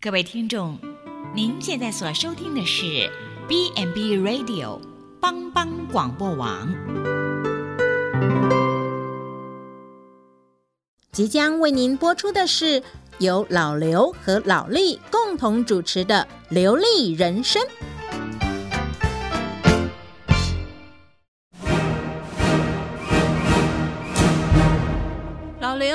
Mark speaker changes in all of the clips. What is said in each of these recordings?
Speaker 1: 各位听众，您现在所收听的是 B n B Radio 帮帮广播网，
Speaker 2: 即将为您播出的是由老刘和老李共同主持的《流利人生》。
Speaker 3: 老刘，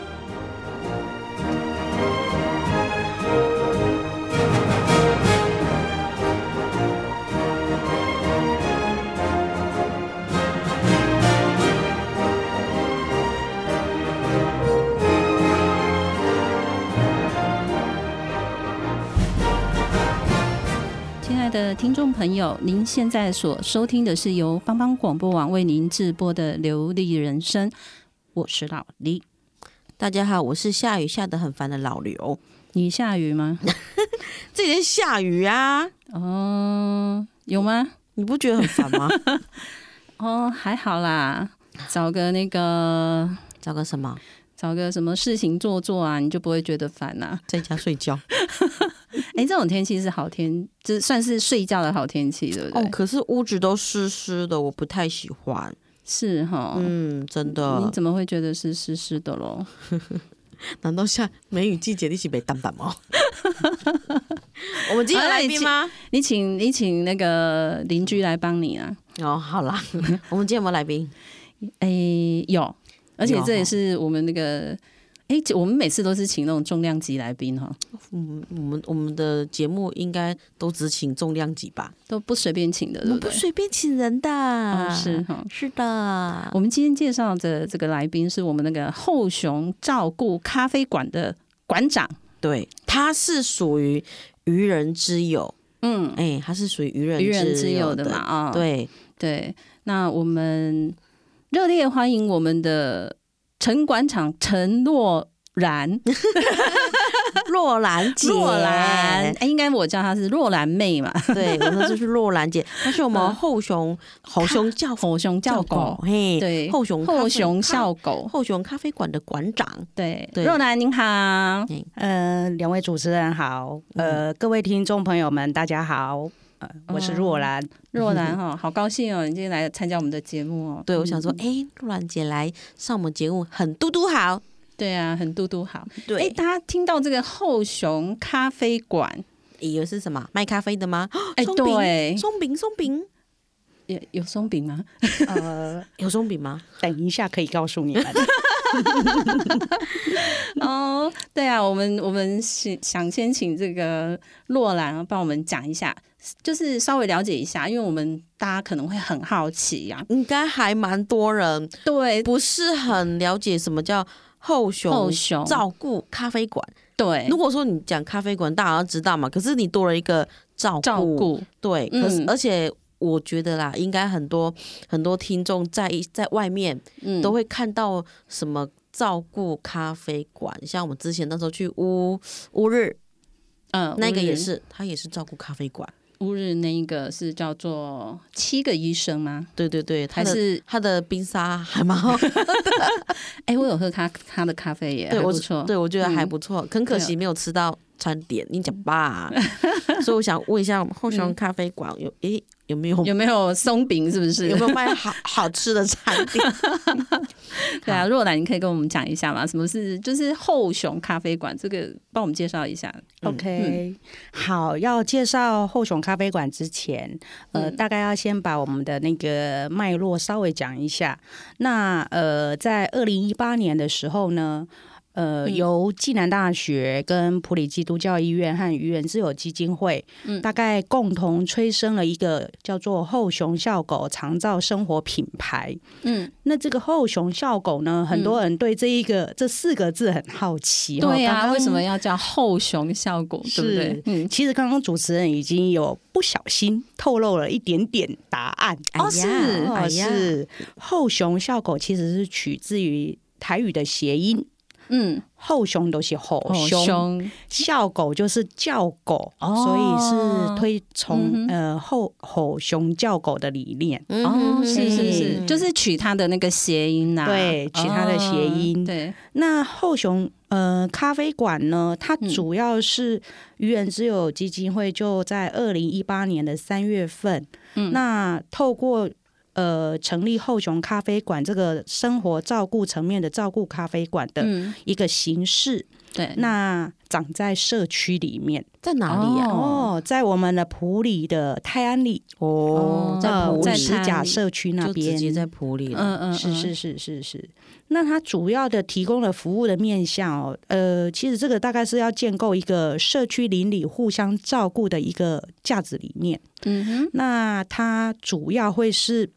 Speaker 3: 亲爱的听众朋友，您现在所收听的是由帮帮广播网为您直播的《流利人生》，我是老李。
Speaker 4: 大家好，我是下雨下得很烦的老刘。
Speaker 3: 你下雨 吗？
Speaker 4: 这几天下雨啊，
Speaker 3: 哦，有吗？
Speaker 4: 你不觉得很烦吗？
Speaker 3: 哦，还好啦，找个那个
Speaker 4: 找个什么，
Speaker 3: 找个什么事情做做啊，你就不会觉得烦啦、
Speaker 4: 在家睡觉。
Speaker 3: 哎，这种天气是好天，这算是睡觉的好天气，对不对？
Speaker 4: 哦，可是屋子都湿湿的，我不太喜欢。
Speaker 3: 是哈、
Speaker 4: 嗯，真
Speaker 3: 你
Speaker 4: 的。
Speaker 3: 怎么会觉得是湿湿的咯？
Speaker 4: 难道下梅雨季节你是被淡淡吗？ 我们今天有来宾吗？
Speaker 3: 你请你请那个邻居来帮你啊！
Speaker 4: 哦，好 啦，我们今天有没有来宾？
Speaker 3: 哎，有，而且
Speaker 4: 有
Speaker 3: 这也是我们那个哎，我们每次都是请那种重量级来宾哈、
Speaker 4: 嗯，我们我们的节目应该都只请重量级吧？
Speaker 3: 都不随便请的，
Speaker 4: 我
Speaker 3: 对
Speaker 4: 们
Speaker 3: 不
Speaker 4: 不啊
Speaker 3: 对？
Speaker 4: 随便请人的，
Speaker 3: 哦，是哈、
Speaker 4: 是的
Speaker 3: 我，们今天介绍的这个来宾是我们那个后雄照顾咖啡馆的馆长，
Speaker 4: 对，他是属于愚人之友，
Speaker 3: 嗯，
Speaker 4: 哎、他是属于愚人
Speaker 3: 愚人之友
Speaker 4: 友
Speaker 3: 的嘛，啊、哦，
Speaker 4: 对，
Speaker 3: 对，那我们热烈欢迎我们的陈馆长陈若然，
Speaker 4: 若兰姐，
Speaker 3: 若兰，，哎，应该我叫她是若兰妹 嘛，
Speaker 4: 对，我说这是若兰 姐，她是我们后熊好熊教
Speaker 3: 吼熊叫
Speaker 4: 狗
Speaker 3: 狗，，
Speaker 4: 嘿，
Speaker 3: 对，
Speaker 4: 后熊
Speaker 3: 后熊
Speaker 4: 校
Speaker 3: 笑狗，
Speaker 4: 后熊咖啡馆的馆长，
Speaker 3: 对，
Speaker 4: 对
Speaker 3: 若兰您好，哦
Speaker 4: 哎
Speaker 5: 呃，两位主持人好，呃，各位听众朋友们，大家好，呃，我是若兰，
Speaker 3: 嗯若 兰哈，好高兴哦，你今天来参加我们的节目哦，
Speaker 4: 对，我想说，哎、若兰姐来上我们节目，很嘟嘟好，
Speaker 3: 对啊，很嘟嘟好，
Speaker 4: 对
Speaker 3: 哎，大家听到这个后熊咖啡馆，
Speaker 4: 以为是什么卖咖啡的吗？
Speaker 3: 哎，
Speaker 4: 哦 松饼
Speaker 3: 对，
Speaker 4: 松饼，松饼，
Speaker 3: 有有松饼吗？
Speaker 5: 呃，
Speaker 4: 有松饼吗？
Speaker 5: 等一下可以告诉你 们，
Speaker 3: 哦，对啊，我们我们是想先请这个洛兰帮我们讲一下，就是稍微了解一下，因为我们大家可能会很好奇呀、
Speaker 4: 应该还蛮多人
Speaker 3: 对
Speaker 4: 不是很了解什么叫后熊
Speaker 3: 后熊
Speaker 4: 照顾咖啡馆。
Speaker 3: 对
Speaker 4: 如，果说你讲咖啡馆，大家都知道嘛，可是你多了一个照顾，
Speaker 3: 照顾
Speaker 4: 对，可是、
Speaker 3: 嗯
Speaker 4: 而且。我觉得啦，应该很多很多听众在在外面
Speaker 3: 嗯
Speaker 4: 都会看到什么照顾咖啡馆，像我们之前那时候去乌乌日，
Speaker 3: 呃
Speaker 4: 那个
Speaker 3: 乌日
Speaker 4: 也是，他也是照顾咖啡馆。
Speaker 3: 乌日那一个是叫做七个医生吗？
Speaker 4: 对对对，他
Speaker 3: 还
Speaker 4: 的
Speaker 3: 是
Speaker 4: 他的冰沙还蛮好
Speaker 3: 哎，我有喝咖他的咖啡耶，
Speaker 4: 对
Speaker 3: 还
Speaker 4: 我
Speaker 3: 不错。
Speaker 4: 对我觉得还
Speaker 3: 嗯
Speaker 4: 不错，很可惜没有吃到餐点。你讲 吧，所以我想问一下，我们后熊咖啡馆有诶有没有
Speaker 3: 有没有松饼？是不是？
Speaker 4: 有没有卖好好吃的餐点？
Speaker 3: 对啊，若兰，你可以跟我们讲一下吗？什么是就是后熊咖啡馆？这个帮我们介绍一下。嗯
Speaker 5: OK，、好，要介绍后熊咖啡馆之前，呃，
Speaker 3: 嗯
Speaker 5: 大概要先把我们的那个脉络稍微讲一下。那呃，在二零一八年的时候呢，呃，
Speaker 3: 嗯
Speaker 5: 由暨南大学、跟普里基督教医院和愚人之友基金会，
Speaker 3: 嗯
Speaker 5: 大概共同催生了一个叫做“后熊笑狗长照生活品牌”。
Speaker 3: 嗯，
Speaker 5: 那这个“后熊笑狗”呢，很多人对这一个、这四个字很好奇
Speaker 3: 对
Speaker 5: 哦。刚
Speaker 3: 呀、
Speaker 5: 刚
Speaker 3: 为什么要叫后熊效果，对不对
Speaker 5: 是？
Speaker 3: 嗯，
Speaker 5: 其实刚刚主持人已经有不小心透露了一点点答案。
Speaker 4: 哎
Speaker 3: 是
Speaker 4: 呀，哎
Speaker 5: 哦，
Speaker 4: 呀，
Speaker 5: 是后熊笑狗其实是取自于台语的谐音，
Speaker 3: 嗯，
Speaker 5: 后熊都是吼
Speaker 3: 后
Speaker 5: 熊，笑狗就是叫狗，
Speaker 3: 哦
Speaker 5: 所以是推
Speaker 3: 嗯
Speaker 5: 崇、
Speaker 3: 哼
Speaker 5: 呃后吼熊叫狗的理念。
Speaker 3: 哦，
Speaker 4: 嗯
Speaker 3: 是是是，
Speaker 4: 嗯
Speaker 3: 就是取它的那个谐音呐、
Speaker 5: 对取它的谐音
Speaker 3: 哦对，
Speaker 5: 那后熊呃咖啡馆呢，它
Speaker 3: 嗯
Speaker 5: 主要是愚人之友基金会就在二零一八年的三月份，
Speaker 3: 嗯
Speaker 5: 那透过。呃，成立后熊咖啡馆这个生活照顾层面的照顾咖啡馆的
Speaker 3: 嗯，
Speaker 5: 一个形式，
Speaker 3: 对，
Speaker 5: 那长在社区里面
Speaker 4: 在哪里呀？
Speaker 3: 哦
Speaker 5: 哦，在我们的普里的泰安里
Speaker 4: 哦
Speaker 3: 在
Speaker 5: 呃
Speaker 3: 埔
Speaker 5: 五
Speaker 3: 里
Speaker 5: 十甲社区那
Speaker 4: 就
Speaker 5: 边
Speaker 4: 直，接在普里了。
Speaker 3: 嗯嗯，
Speaker 5: 是
Speaker 3: 嗯
Speaker 5: 是是是是。那它主要的提供的服务的面向哦，呃，其实这个大概是要建构一个社区邻里互相照顾的一个价值理念。
Speaker 3: 嗯哼，
Speaker 5: 那它主要会是，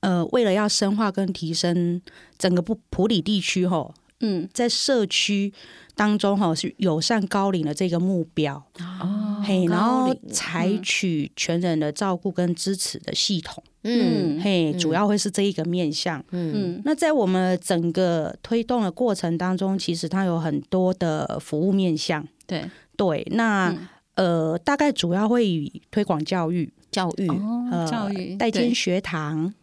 Speaker 5: 呃，为了要深化跟提升整个普普里地区吼、
Speaker 3: 嗯
Speaker 5: 在社区当中哈、是友善高龄的这个目标，
Speaker 3: 哦
Speaker 5: 嘿，然
Speaker 4: 高
Speaker 5: 后
Speaker 4: 龄
Speaker 5: 采取全人的照顾跟支持的系统。
Speaker 3: 嗯
Speaker 5: 嘿，主要会是这一个面向。
Speaker 4: 嗯
Speaker 3: 嗯
Speaker 5: 那在我们整个推动的过程当中，其实它有很多的服务面向。
Speaker 3: 对，
Speaker 5: 对，那、
Speaker 3: 嗯
Speaker 5: 呃，大概主要会以推广教育、
Speaker 4: 教育
Speaker 3: 哦
Speaker 5: 呃，
Speaker 3: 教
Speaker 4: 嗯
Speaker 3: 育
Speaker 5: 代
Speaker 3: 对
Speaker 5: 间学堂。
Speaker 4: 哎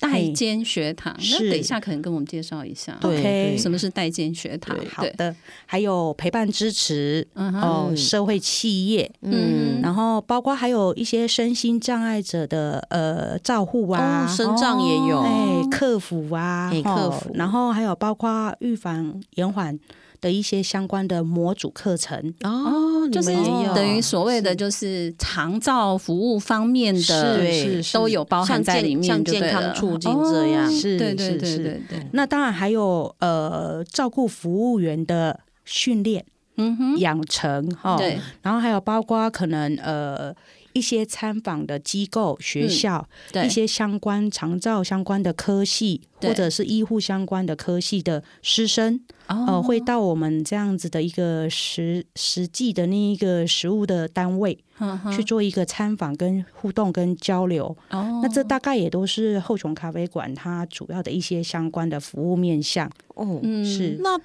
Speaker 3: 代
Speaker 5: 嘿
Speaker 3: 间学堂，那
Speaker 5: 是
Speaker 3: 等一下可能跟我们介绍一下，
Speaker 4: 对
Speaker 5: OK，
Speaker 4: 对
Speaker 3: 什么是代间学堂？
Speaker 5: 好，的，还有陪伴支持
Speaker 3: 嗯哼，
Speaker 5: 哦、
Speaker 4: 嗯
Speaker 5: 社会企业，
Speaker 3: 嗯
Speaker 5: 然后包括还有一些身心障碍者的呃照护啊，
Speaker 4: 哦，身障也有，
Speaker 5: 哎，客服啊，
Speaker 4: 哎
Speaker 5: 吼
Speaker 4: 客服
Speaker 5: 然后还有包括预防延缓的一些相关的模组课程，
Speaker 4: 哦，
Speaker 3: 就是
Speaker 4: 你们也有
Speaker 3: 等于所谓的就是长照服务方面的
Speaker 4: 对
Speaker 5: 是是
Speaker 3: 都有包含
Speaker 4: 像
Speaker 3: 在
Speaker 4: 健
Speaker 3: 里面，
Speaker 4: 像
Speaker 3: 就对
Speaker 4: 健康
Speaker 3: 了
Speaker 4: 促进这样
Speaker 3: 哦
Speaker 5: 是
Speaker 3: 对对
Speaker 5: 是
Speaker 3: 对
Speaker 5: 是
Speaker 3: 对对，
Speaker 5: 那当然还有呃照顾服务员的训练、
Speaker 3: 嗯哼，
Speaker 5: 养成哈，
Speaker 3: 对，
Speaker 5: 然后还有包括可能呃一些参访的机构、学
Speaker 3: 嗯
Speaker 5: 校、
Speaker 3: 对
Speaker 5: 一些相关长照相关的科系，
Speaker 3: 对
Speaker 5: 或者是医护相关的科系的师生，呃，
Speaker 3: 哦
Speaker 5: 会到我们这样子的一个实实际的那一个实物的单位
Speaker 3: 嗯哼
Speaker 5: 去做一个参访、跟互动、跟交流。
Speaker 3: 哦，
Speaker 5: 那这大概也都是后熊咖啡馆它主要的一些相关的服务面向。
Speaker 4: 哦。
Speaker 3: 嗯
Speaker 5: 是
Speaker 4: 那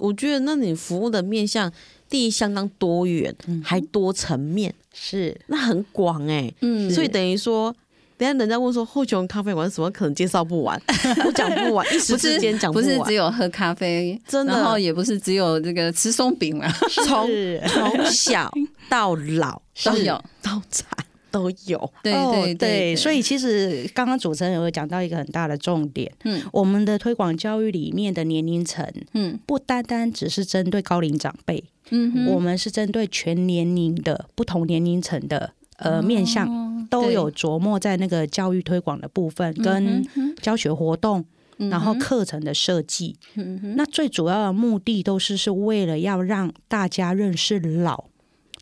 Speaker 4: 我觉得，那你服务的面向，第一相当多元，还多层面，
Speaker 5: 是
Speaker 4: 那很广哎、
Speaker 3: 嗯，
Speaker 4: 所以等于说。等一下，人家问说后熊咖啡馆什么，可能介绍不完， 我讲不完，一时
Speaker 3: 不
Speaker 4: 之
Speaker 3: 是
Speaker 4: 间讲
Speaker 3: 不是
Speaker 4: 完
Speaker 3: 只。有喝咖啡，
Speaker 4: 真的
Speaker 3: 然后也不是只有这个吃松饼啊，
Speaker 4: 从
Speaker 5: 是
Speaker 4: 从小到老
Speaker 3: 都有，
Speaker 4: 到惨都有，
Speaker 3: 对
Speaker 5: 哦
Speaker 3: 对对，
Speaker 5: 所以其实刚刚主持人有讲到一个很大的重点，
Speaker 3: 嗯
Speaker 5: 我们的推广教育里面的年龄层
Speaker 3: 嗯
Speaker 5: 不单单只是针对高龄长辈，
Speaker 3: 嗯哼，
Speaker 5: 我们是针对全年龄的不同年龄层的呃、面向。
Speaker 3: 哦
Speaker 5: 都有，琢磨在那个教育推广的部分，
Speaker 3: 对
Speaker 5: 跟
Speaker 3: 嗯哼
Speaker 5: 教学活动，
Speaker 3: 嗯哼
Speaker 5: 然后课程的设计，
Speaker 3: 嗯哼
Speaker 5: 那最主要的目的都是是为了要让大家认识老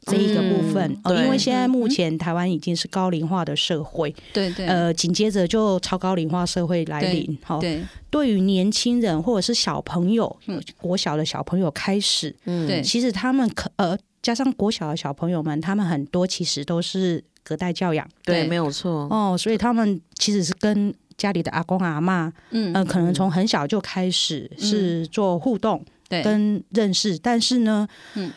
Speaker 5: 这一个部分，
Speaker 4: 嗯
Speaker 5: 呃，
Speaker 4: 对
Speaker 5: 因为现在目
Speaker 3: 嗯
Speaker 5: 前台湾已经是高龄化的社会，
Speaker 3: 对对
Speaker 5: 呃，紧接着就超高龄化社会来临。好，
Speaker 3: 对
Speaker 5: 对于年轻人或者是小朋友
Speaker 3: 嗯，
Speaker 5: 国小的小朋友开始，
Speaker 4: 嗯
Speaker 3: 对
Speaker 5: 其实他们可呃，加上国小的小朋友们，他们很多其实都是隔代教养
Speaker 4: 对，没有错，
Speaker 5: 哦，所以他们其实是跟家里的阿公阿妈，
Speaker 3: 嗯
Speaker 5: 呃，可能从很小就开始是做互动。
Speaker 3: 对
Speaker 5: 跟认识，但是呢，
Speaker 3: 嗯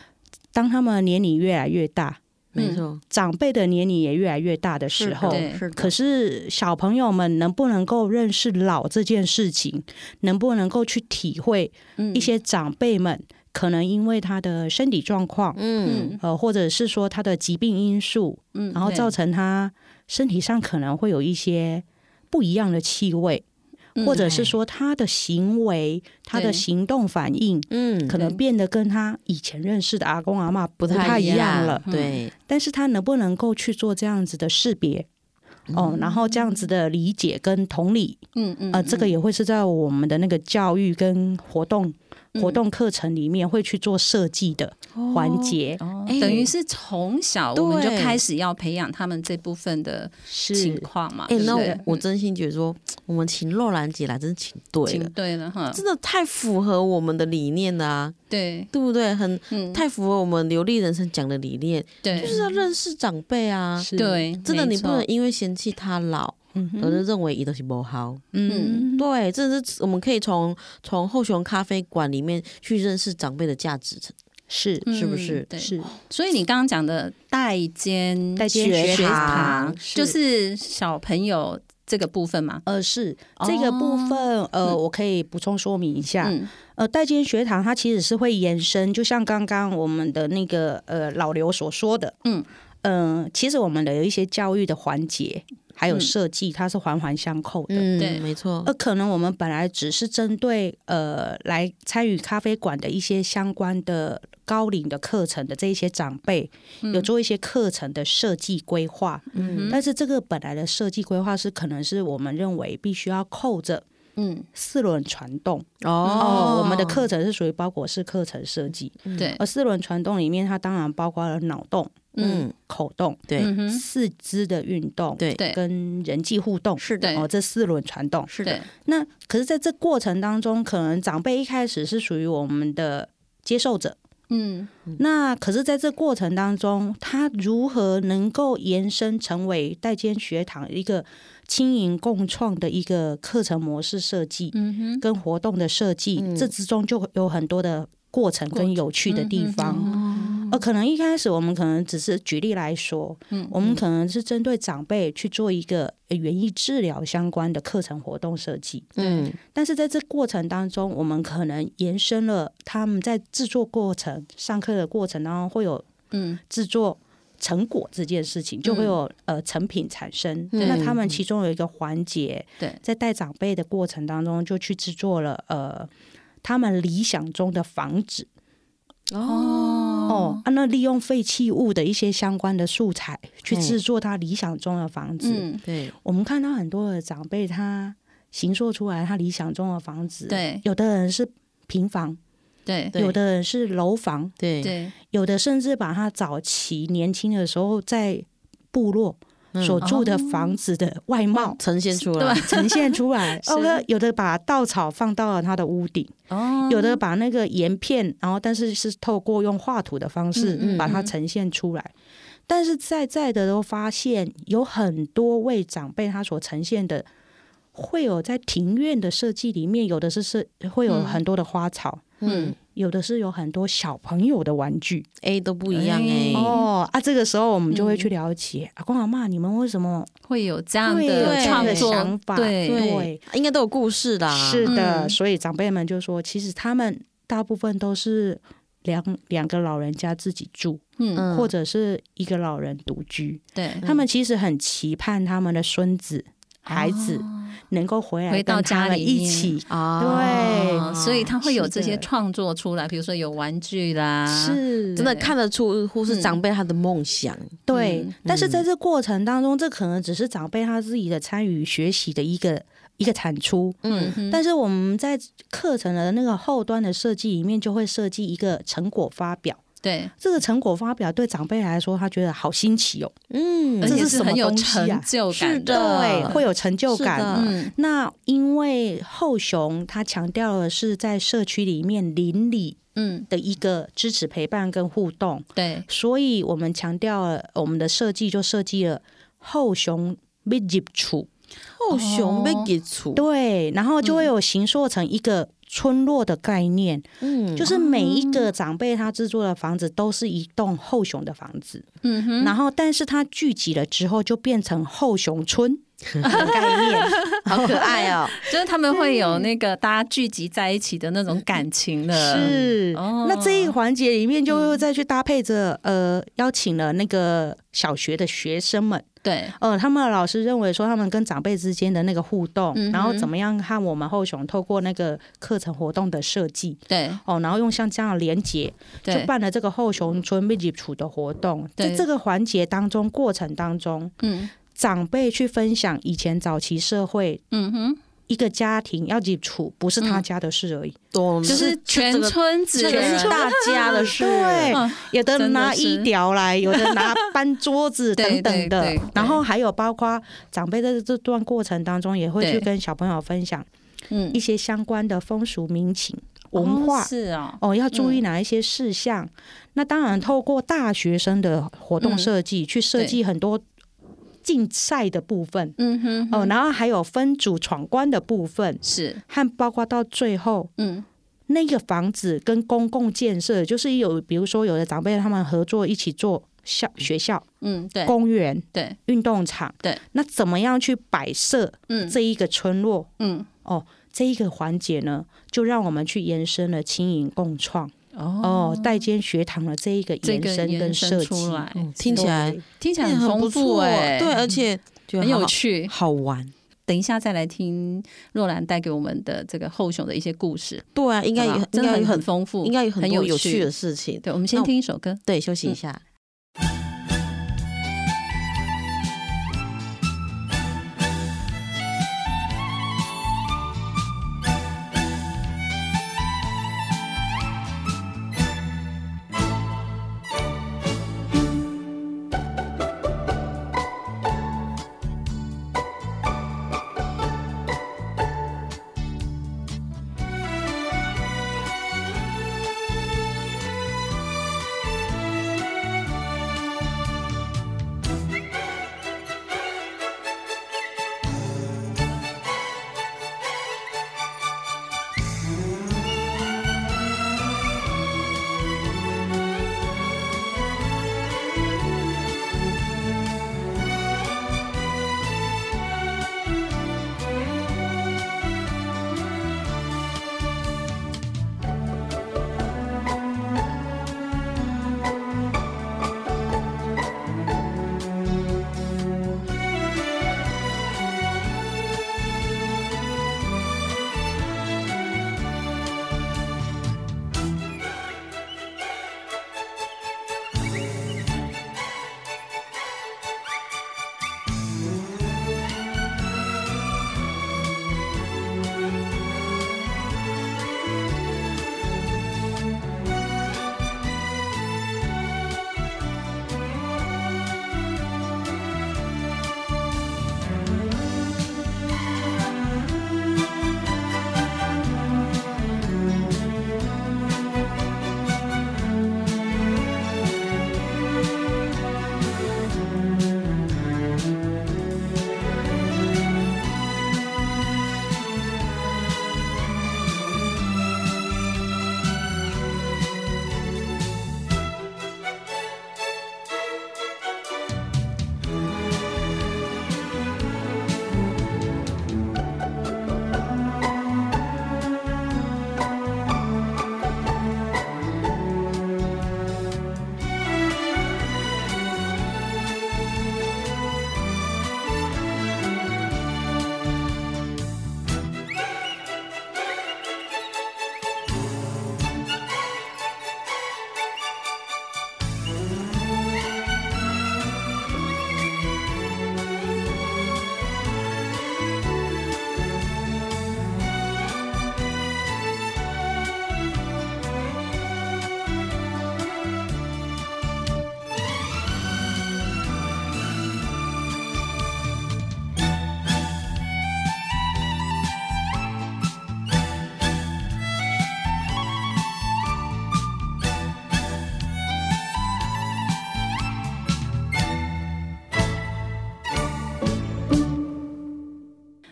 Speaker 5: 当他们年龄越来越大，
Speaker 4: 没错，
Speaker 5: 长辈的年龄也越来越大的时候，
Speaker 3: 对
Speaker 4: 是的
Speaker 5: 可是小朋友们能不能够认识老这件事情，能不能够去体会
Speaker 3: 嗯
Speaker 5: 一些长辈们、可能因为他的身体状况，
Speaker 4: 嗯，
Speaker 3: 嗯
Speaker 5: 呃，或者是说他的疾病因素，
Speaker 3: 嗯，
Speaker 5: 然后
Speaker 3: 对
Speaker 5: 造成他身体上可能会有一些不一样的气味，
Speaker 3: 嗯
Speaker 5: 或者是说他的行为、他
Speaker 3: 对
Speaker 5: 的行动反应。
Speaker 4: 嗯，
Speaker 5: 可能
Speaker 3: 对
Speaker 5: 变得跟他以前认识的阿公阿妈不太一样了。
Speaker 4: 对，
Speaker 5: 但是他能不能够去做这样子的识别，哦，然后这样子的理解跟同理，
Speaker 3: 嗯嗯
Speaker 5: 呃，这个也会是在我们的那个教育跟活动
Speaker 3: 嗯
Speaker 5: 活动课程里面会去做设计的环节，
Speaker 3: 哦
Speaker 4: 哎
Speaker 3: 等于是从小我们就
Speaker 4: 对
Speaker 3: 开始要培养他们这部分的情
Speaker 5: 是
Speaker 3: 况嘛。
Speaker 4: 哎、
Speaker 3: 对不
Speaker 4: 那
Speaker 3: 对
Speaker 4: 我我真心觉得说，我们请肉兰姐来，真是请对
Speaker 3: 请
Speaker 4: 了，
Speaker 3: 对了哈，
Speaker 4: 真的太符合我们的理念了啊，
Speaker 3: 对，
Speaker 4: 对不对？很
Speaker 3: 嗯，
Speaker 4: 太符合我们流利人生讲的理念，
Speaker 3: 对
Speaker 4: 就是要认识长辈啊。
Speaker 5: 是，
Speaker 3: 对，
Speaker 4: 真的，
Speaker 3: 没
Speaker 4: 你不
Speaker 3: 错
Speaker 4: 能因为嫌弃他老，
Speaker 5: 嗯
Speaker 4: 而
Speaker 5: 哼，
Speaker 4: 是认为伊都是不好。
Speaker 3: 嗯
Speaker 5: 嗯，
Speaker 4: 对，这是我们可以从从后熊咖啡馆里面去认识长辈的价值，
Speaker 5: 是
Speaker 4: 是不
Speaker 3: 嗯
Speaker 4: 是？
Speaker 3: 对，
Speaker 5: 是
Speaker 3: 所以你刚刚讲的代间
Speaker 5: 代间学
Speaker 3: 堂
Speaker 4: 堂，是
Speaker 3: 就是小朋友这个部分嘛。
Speaker 5: 呃，是这个部
Speaker 3: 哦
Speaker 5: 分，呃，
Speaker 3: 嗯
Speaker 5: 我可以补充说明一下。
Speaker 3: 嗯，
Speaker 5: 呃，代间学堂它其实是会延伸，就像刚刚我们的那个呃老刘所说的，
Speaker 3: 嗯
Speaker 5: 呃，其实我们的有一些教育的环节还有
Speaker 3: 嗯
Speaker 5: 设计，它是环环相扣的。
Speaker 4: 嗯，
Speaker 3: 对
Speaker 4: 没错。
Speaker 5: 呃，可能我们本来只是针对呃来参与咖啡馆的一些相关的高龄的课程的这一些长辈，有做一些课程的设计规划，
Speaker 3: 嗯
Speaker 5: 但是这个本来的设计规划是可能是我们认为必须要扣着
Speaker 3: 嗯，
Speaker 5: 四轮传动
Speaker 4: 哦
Speaker 5: 我们的课程是属于包裹式课程设计，
Speaker 3: 对，
Speaker 5: 而四轮传动里面它当然包括了脑动、
Speaker 4: 嗯，
Speaker 5: 口动、
Speaker 4: 对
Speaker 3: 嗯哼，
Speaker 5: 四肢的运动，
Speaker 4: 对
Speaker 3: 对
Speaker 5: 跟人际互动。
Speaker 4: 是
Speaker 3: 对
Speaker 4: 的，
Speaker 5: 哦，这四轮传动
Speaker 4: 是
Speaker 3: 对
Speaker 4: 的，，
Speaker 5: 那可是在这过程当中，可能长辈一开始是属于我们的接受者，
Speaker 3: 嗯，
Speaker 5: 那可是在这过程当中，他如何能够延伸成为代间学堂一个轻盈共创的一个课程模式设计，
Speaker 3: 嗯
Speaker 5: 跟活动的设计，这之中就有很多的过程跟有趣的
Speaker 3: 嗯
Speaker 5: 地方。呃，可能一开始我们可能只是举例来说，
Speaker 3: 嗯
Speaker 5: 我们可能是针对长辈去做一个呃园艺治疗相关的课程活动设计，
Speaker 4: 嗯，
Speaker 5: 但是在这过程当中，我们可能延伸了他们在制作过程、上课的过程当中会有
Speaker 3: 嗯，
Speaker 5: 制作成果这件事情，就会有、呃成品产生。
Speaker 3: 对嗯
Speaker 5: 那他们其中有一个环节，
Speaker 3: 对
Speaker 5: 在带长辈的过程当中，就去制作了呃他们理想中的房子。
Speaker 4: 嗯
Speaker 5: 哦、啊，那利用废弃物的一些相关的素材去
Speaker 4: 嘿
Speaker 5: 制作他理想中的房子。
Speaker 3: 嗯，
Speaker 4: 对，
Speaker 5: 我们看到很多的长辈他形塑出来他理想中的房子，
Speaker 3: 对
Speaker 5: 有的人是平房，
Speaker 3: 对
Speaker 4: 对
Speaker 5: 有的人是楼房，
Speaker 4: 对，
Speaker 3: 对，
Speaker 5: 有的甚至把他早期年轻的时候在部落所住的房子的外貌
Speaker 4: 呈现出
Speaker 3: 对
Speaker 4: 来，
Speaker 5: 呈现出来。
Speaker 3: 是
Speaker 5: 哦，那有的把稻草放到了他的屋顶，
Speaker 3: 哦，
Speaker 5: 有的把那个岩片，然后但是是透过用画图的方
Speaker 4: 嗯
Speaker 5: 式
Speaker 4: 嗯
Speaker 5: 把它呈现出来。但是在在的都发现，有很多位长辈他所呈现的，会有在庭院的设计里面，有的是是会有很多的花草，
Speaker 4: 嗯
Speaker 5: 有的是有很多小朋友的玩具。
Speaker 4: ，A 都不一样
Speaker 3: 哎
Speaker 4: 哎，
Speaker 5: 哦啊，这个时候我们就会去了解、阿公阿妈，你们为什么
Speaker 3: 会有嗯这样
Speaker 5: 会有
Speaker 3: 的
Speaker 4: 这样
Speaker 3: 创
Speaker 4: 的
Speaker 3: 作
Speaker 5: 想法
Speaker 3: 对，
Speaker 5: 对，
Speaker 4: 应该都有故事啦，
Speaker 5: 是的，
Speaker 3: 嗯
Speaker 5: 所以长辈们就说，其实他们大部分都是两两个老人家自己住，
Speaker 3: 嗯，
Speaker 4: 嗯
Speaker 5: 或者是一个老人独居。
Speaker 3: 对，
Speaker 5: 他们其实很期盼他们的孙子、孩子能够回来
Speaker 3: 回哦到
Speaker 5: 跟他
Speaker 3: 家
Speaker 5: 们
Speaker 3: 里
Speaker 5: 一
Speaker 3: 面
Speaker 5: 起。
Speaker 4: 啊，
Speaker 3: 哦所以他会有这些
Speaker 5: 是的
Speaker 3: 创作出来，比如说有玩具啦，
Speaker 5: 是
Speaker 4: 真的
Speaker 3: 对
Speaker 4: 看得出乎是
Speaker 3: 嗯
Speaker 4: 长辈他的梦想，
Speaker 5: 对，
Speaker 3: 嗯
Speaker 5: 但是在这过程当中，这可能只是长辈他自己的参与学习的一个一个产出。
Speaker 3: 嗯哼，
Speaker 5: 但是我们在课程的那个后端的设计里面，就会设计一个成果发表。
Speaker 3: 对，
Speaker 5: 这个成果发表对长辈来说，他觉得好新奇哦，
Speaker 4: 嗯
Speaker 3: 而
Speaker 5: 这
Speaker 3: 且
Speaker 5: 是什么
Speaker 3: 很有
Speaker 5: 东西啊
Speaker 3: 成就感
Speaker 4: 是的
Speaker 5: 对，会有成就是
Speaker 4: 的
Speaker 5: 感。
Speaker 3: 嗯
Speaker 5: 那因为后雄他强调的是在社区里面邻里
Speaker 3: 嗯，
Speaker 5: 的一个支持、陪伴跟互动，
Speaker 3: 对，
Speaker 5: 所以我们强调了我们的设计就设计了后雄密集处，
Speaker 4: 后熊被给除，
Speaker 5: 对，然后就会有形塑成一个村落的概念，
Speaker 4: 嗯，
Speaker 5: 就是每一个长辈他制作的房子都是一栋后雄的房子，
Speaker 3: 嗯哼，
Speaker 5: 然后但是它聚集了之后就变成后雄村的概念，
Speaker 4: 好可爱哦，
Speaker 3: 就是他们会有那个大家聚集在一起的那种感情了，
Speaker 5: 是，
Speaker 3: 哦
Speaker 5: 那这一环节里面就会再去搭配着，呃，邀请了那个小学的学生们，
Speaker 3: 对，
Speaker 5: 呃，他们的老师认为说他们跟长辈之间的那个互动，
Speaker 3: 嗯哼
Speaker 5: 然后怎么样和我们后雄透过那个课程活动的设计，
Speaker 3: 对，
Speaker 5: 哦，然后用像这样的连结，就
Speaker 3: 对，
Speaker 5: 办了这个后雄村密集处的活动。
Speaker 3: 对
Speaker 5: 在这个环节当中，过程当中，
Speaker 3: 嗯，
Speaker 5: 长辈去分享以前早期社会
Speaker 3: 嗯哼，
Speaker 5: 一个家庭要解除，不是
Speaker 3: 嗯
Speaker 5: 他家的事而已，
Speaker 4: 懂了，
Speaker 3: 就是全
Speaker 4: 这个
Speaker 3: 村子的
Speaker 4: 全
Speaker 3: 人
Speaker 4: 是大家的事。
Speaker 5: 对，
Speaker 3: 嗯
Speaker 5: 有的
Speaker 3: 真的
Speaker 5: 拿
Speaker 3: 是
Speaker 5: 衣条来，有的拿搬桌子
Speaker 3: 对
Speaker 5: 等等的
Speaker 3: 对对对。
Speaker 5: 然后还有包括长辈在这段过程当中，也会去
Speaker 3: 对
Speaker 5: 跟小朋友分享
Speaker 3: 嗯
Speaker 5: 一些相关的风俗民情、文化
Speaker 3: 哦是哦，
Speaker 5: 哦，要注意哪一些事项。那当然，透过大学生的活动设计，去设计很多竞赛的部分
Speaker 3: 嗯哼
Speaker 5: 哦，
Speaker 3: 哼
Speaker 5: 然后还有分组闯关的部分，
Speaker 3: 是
Speaker 5: 和包括到最后
Speaker 3: 嗯
Speaker 5: 那个房子跟公共建设，就是有比如说有的长辈他们合作一起做校学校、
Speaker 3: 嗯对
Speaker 5: 公园、
Speaker 3: 对
Speaker 5: 运动场，
Speaker 3: 对，
Speaker 5: 那怎么样去摆设
Speaker 3: 嗯
Speaker 5: 这一个村落、哦
Speaker 3: 嗯
Speaker 5: 这一个环节呢？就让我们去延伸了轻盈共创
Speaker 3: 哦
Speaker 5: 哦，代间学堂的这一个
Speaker 3: 这
Speaker 5: 延
Speaker 3: 个
Speaker 5: 伸跟
Speaker 3: 延
Speaker 5: 设
Speaker 3: 伸
Speaker 5: 计，
Speaker 3: 出来
Speaker 4: 嗯听起
Speaker 5: 对
Speaker 4: 来
Speaker 3: 听起来
Speaker 4: 很不
Speaker 3: 丰富
Speaker 4: 错，
Speaker 3: 哎，
Speaker 4: 对，而且觉得
Speaker 3: 很有
Speaker 4: 好
Speaker 3: 趣。
Speaker 4: 好玩。
Speaker 3: 等一下再来听若兰带给我们的这个后雄的一些故事，
Speaker 4: 对啊，应该也
Speaker 3: 好不好
Speaker 4: 应
Speaker 3: 真的
Speaker 4: 该也
Speaker 3: 很
Speaker 4: 很，
Speaker 3: 丰富，
Speaker 4: 应该有很
Speaker 3: 很
Speaker 4: 多有
Speaker 3: 趣
Speaker 4: 趣的。事情。
Speaker 3: 对，我们先
Speaker 4: 那我
Speaker 3: 听一首歌。
Speaker 4: 对，休息一下。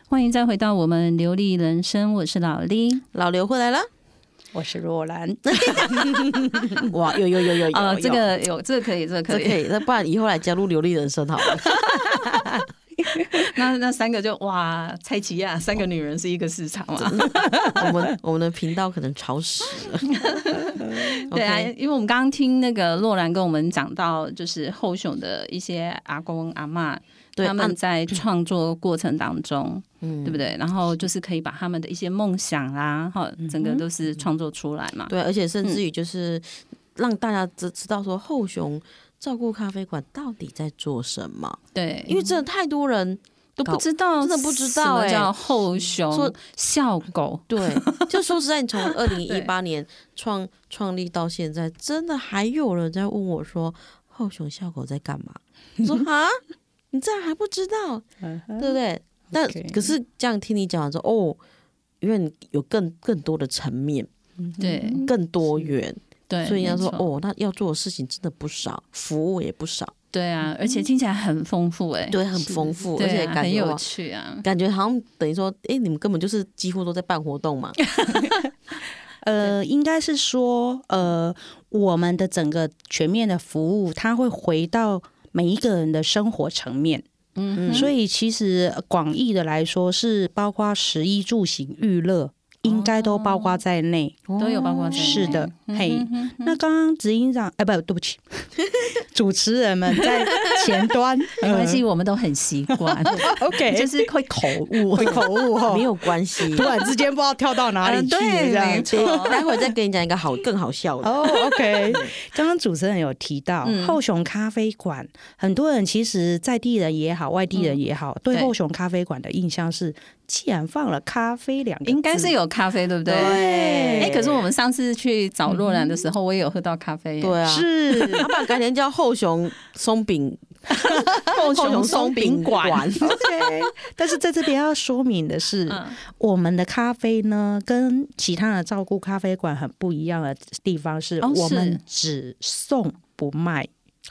Speaker 3: 欢迎再回到我们流利人生，我是老李。
Speaker 4: 老刘回来了，
Speaker 5: 我是若兰，
Speaker 4: 哇，有有有有有
Speaker 3: 啊，
Speaker 4: 有
Speaker 3: 这个有，这个可以，这个
Speaker 4: 哦这
Speaker 3: 可
Speaker 4: 可
Speaker 3: 以。
Speaker 4: 以，那不然以后来加入流利人生好了。
Speaker 3: 那那三个就哇，蔡奇亚三个女人是一个市场 嘛？
Speaker 4: 我们我们的频道可能潮湿了。
Speaker 3: 对啊
Speaker 4: OK，
Speaker 3: 因为我们刚刚听那个洛兰跟我们讲到，就是后雄的一些阿公阿嬷
Speaker 4: 对，嗯
Speaker 3: 他
Speaker 4: 按
Speaker 3: 们在创作过程当中，
Speaker 4: 嗯
Speaker 3: 对不对？然后就是可以把他们的一些梦想啦，哈，整个都是创作出来嘛。
Speaker 4: 对，而且甚至于就是让大家知知道说后雄照顾咖啡馆到底在做什么？
Speaker 3: 对，
Speaker 4: 因为真的太多人
Speaker 3: 嗯都不知道，哎
Speaker 4: 真的不知道
Speaker 3: 什么
Speaker 4: 欸
Speaker 3: 叫后
Speaker 4: 说
Speaker 3: 熊、笑狗，
Speaker 4: 对，就说实 在，你从二零一
Speaker 3: 对
Speaker 4: 八年创创立到现在，真的还有人在问我说：“后熊笑狗在干嘛？”我 说：“啊，你这还不知道，对不对？”
Speaker 3: 嗯
Speaker 4: 但
Speaker 3: OK
Speaker 4: 可是这样听你讲完之后，哦，因为你有更更多的层面，
Speaker 3: 对
Speaker 4: 更多元，
Speaker 3: 对，
Speaker 4: 所以人家说
Speaker 3: 没错，
Speaker 4: 哦，那要做的事情真的不少，服务也不少，
Speaker 3: 对啊，而且听起来很丰富哎，
Speaker 4: 对，很丰富，而且
Speaker 3: 对啊，
Speaker 4: 感
Speaker 3: 很
Speaker 4: 觉
Speaker 3: 有
Speaker 4: 哇
Speaker 3: 趣啊，
Speaker 4: 感觉好像等于说，哎，你们根本就是几乎都在办活动嘛，
Speaker 5: 呃，应该是说，呃，我们的整个全面的服务，它会回到每一个人的生活层面。
Speaker 3: 嗯
Speaker 5: 所以其实呃广义的来说，是包括食衣住行、娱乐，应该都包括在内。
Speaker 3: 都有包括在内
Speaker 5: 是的，
Speaker 3: 嗯
Speaker 5: 嘿。
Speaker 3: 哼哼哼
Speaker 5: 那刚刚执行长，哎，不，对不起， 主持人们在前 端，
Speaker 3: 没关系，我们都很习 惯，
Speaker 5: 呃，OK，
Speaker 3: 就是会口误。
Speaker 5: 会口误哦，
Speaker 4: 没有关系，
Speaker 5: 突然之间不知道跳到哪里去
Speaker 3: 嗯
Speaker 5: 了，
Speaker 3: 对
Speaker 5: 这样
Speaker 3: 没
Speaker 5: 子。
Speaker 4: 对，待会儿再跟你讲一个 好更好笑的。
Speaker 5: 哦、o k
Speaker 3: 嗯
Speaker 5: 刚刚主持人有提到、
Speaker 4: 嗯
Speaker 5: 后熊咖啡馆，很多人其实在地人也好，外地人也好，对
Speaker 3: 嗯对
Speaker 5: 后熊咖啡馆的印象是，既然放了咖啡两个字，
Speaker 3: 应该是有咖啡，对不对？嗯
Speaker 4: 对
Speaker 3: 哎，可是我们上次去找若兰的时候，我也有喝到咖啡耶。
Speaker 4: 对啊，
Speaker 5: 是
Speaker 4: 他把改天叫后熊松饼， 后
Speaker 3: 熊松饼 馆
Speaker 5: OK。但是在这边要说明的是，
Speaker 3: 嗯，
Speaker 5: 我们的咖啡呢，跟其他的照顾咖啡馆很不一样的地方是，
Speaker 3: 哦
Speaker 5: 我们只送不卖。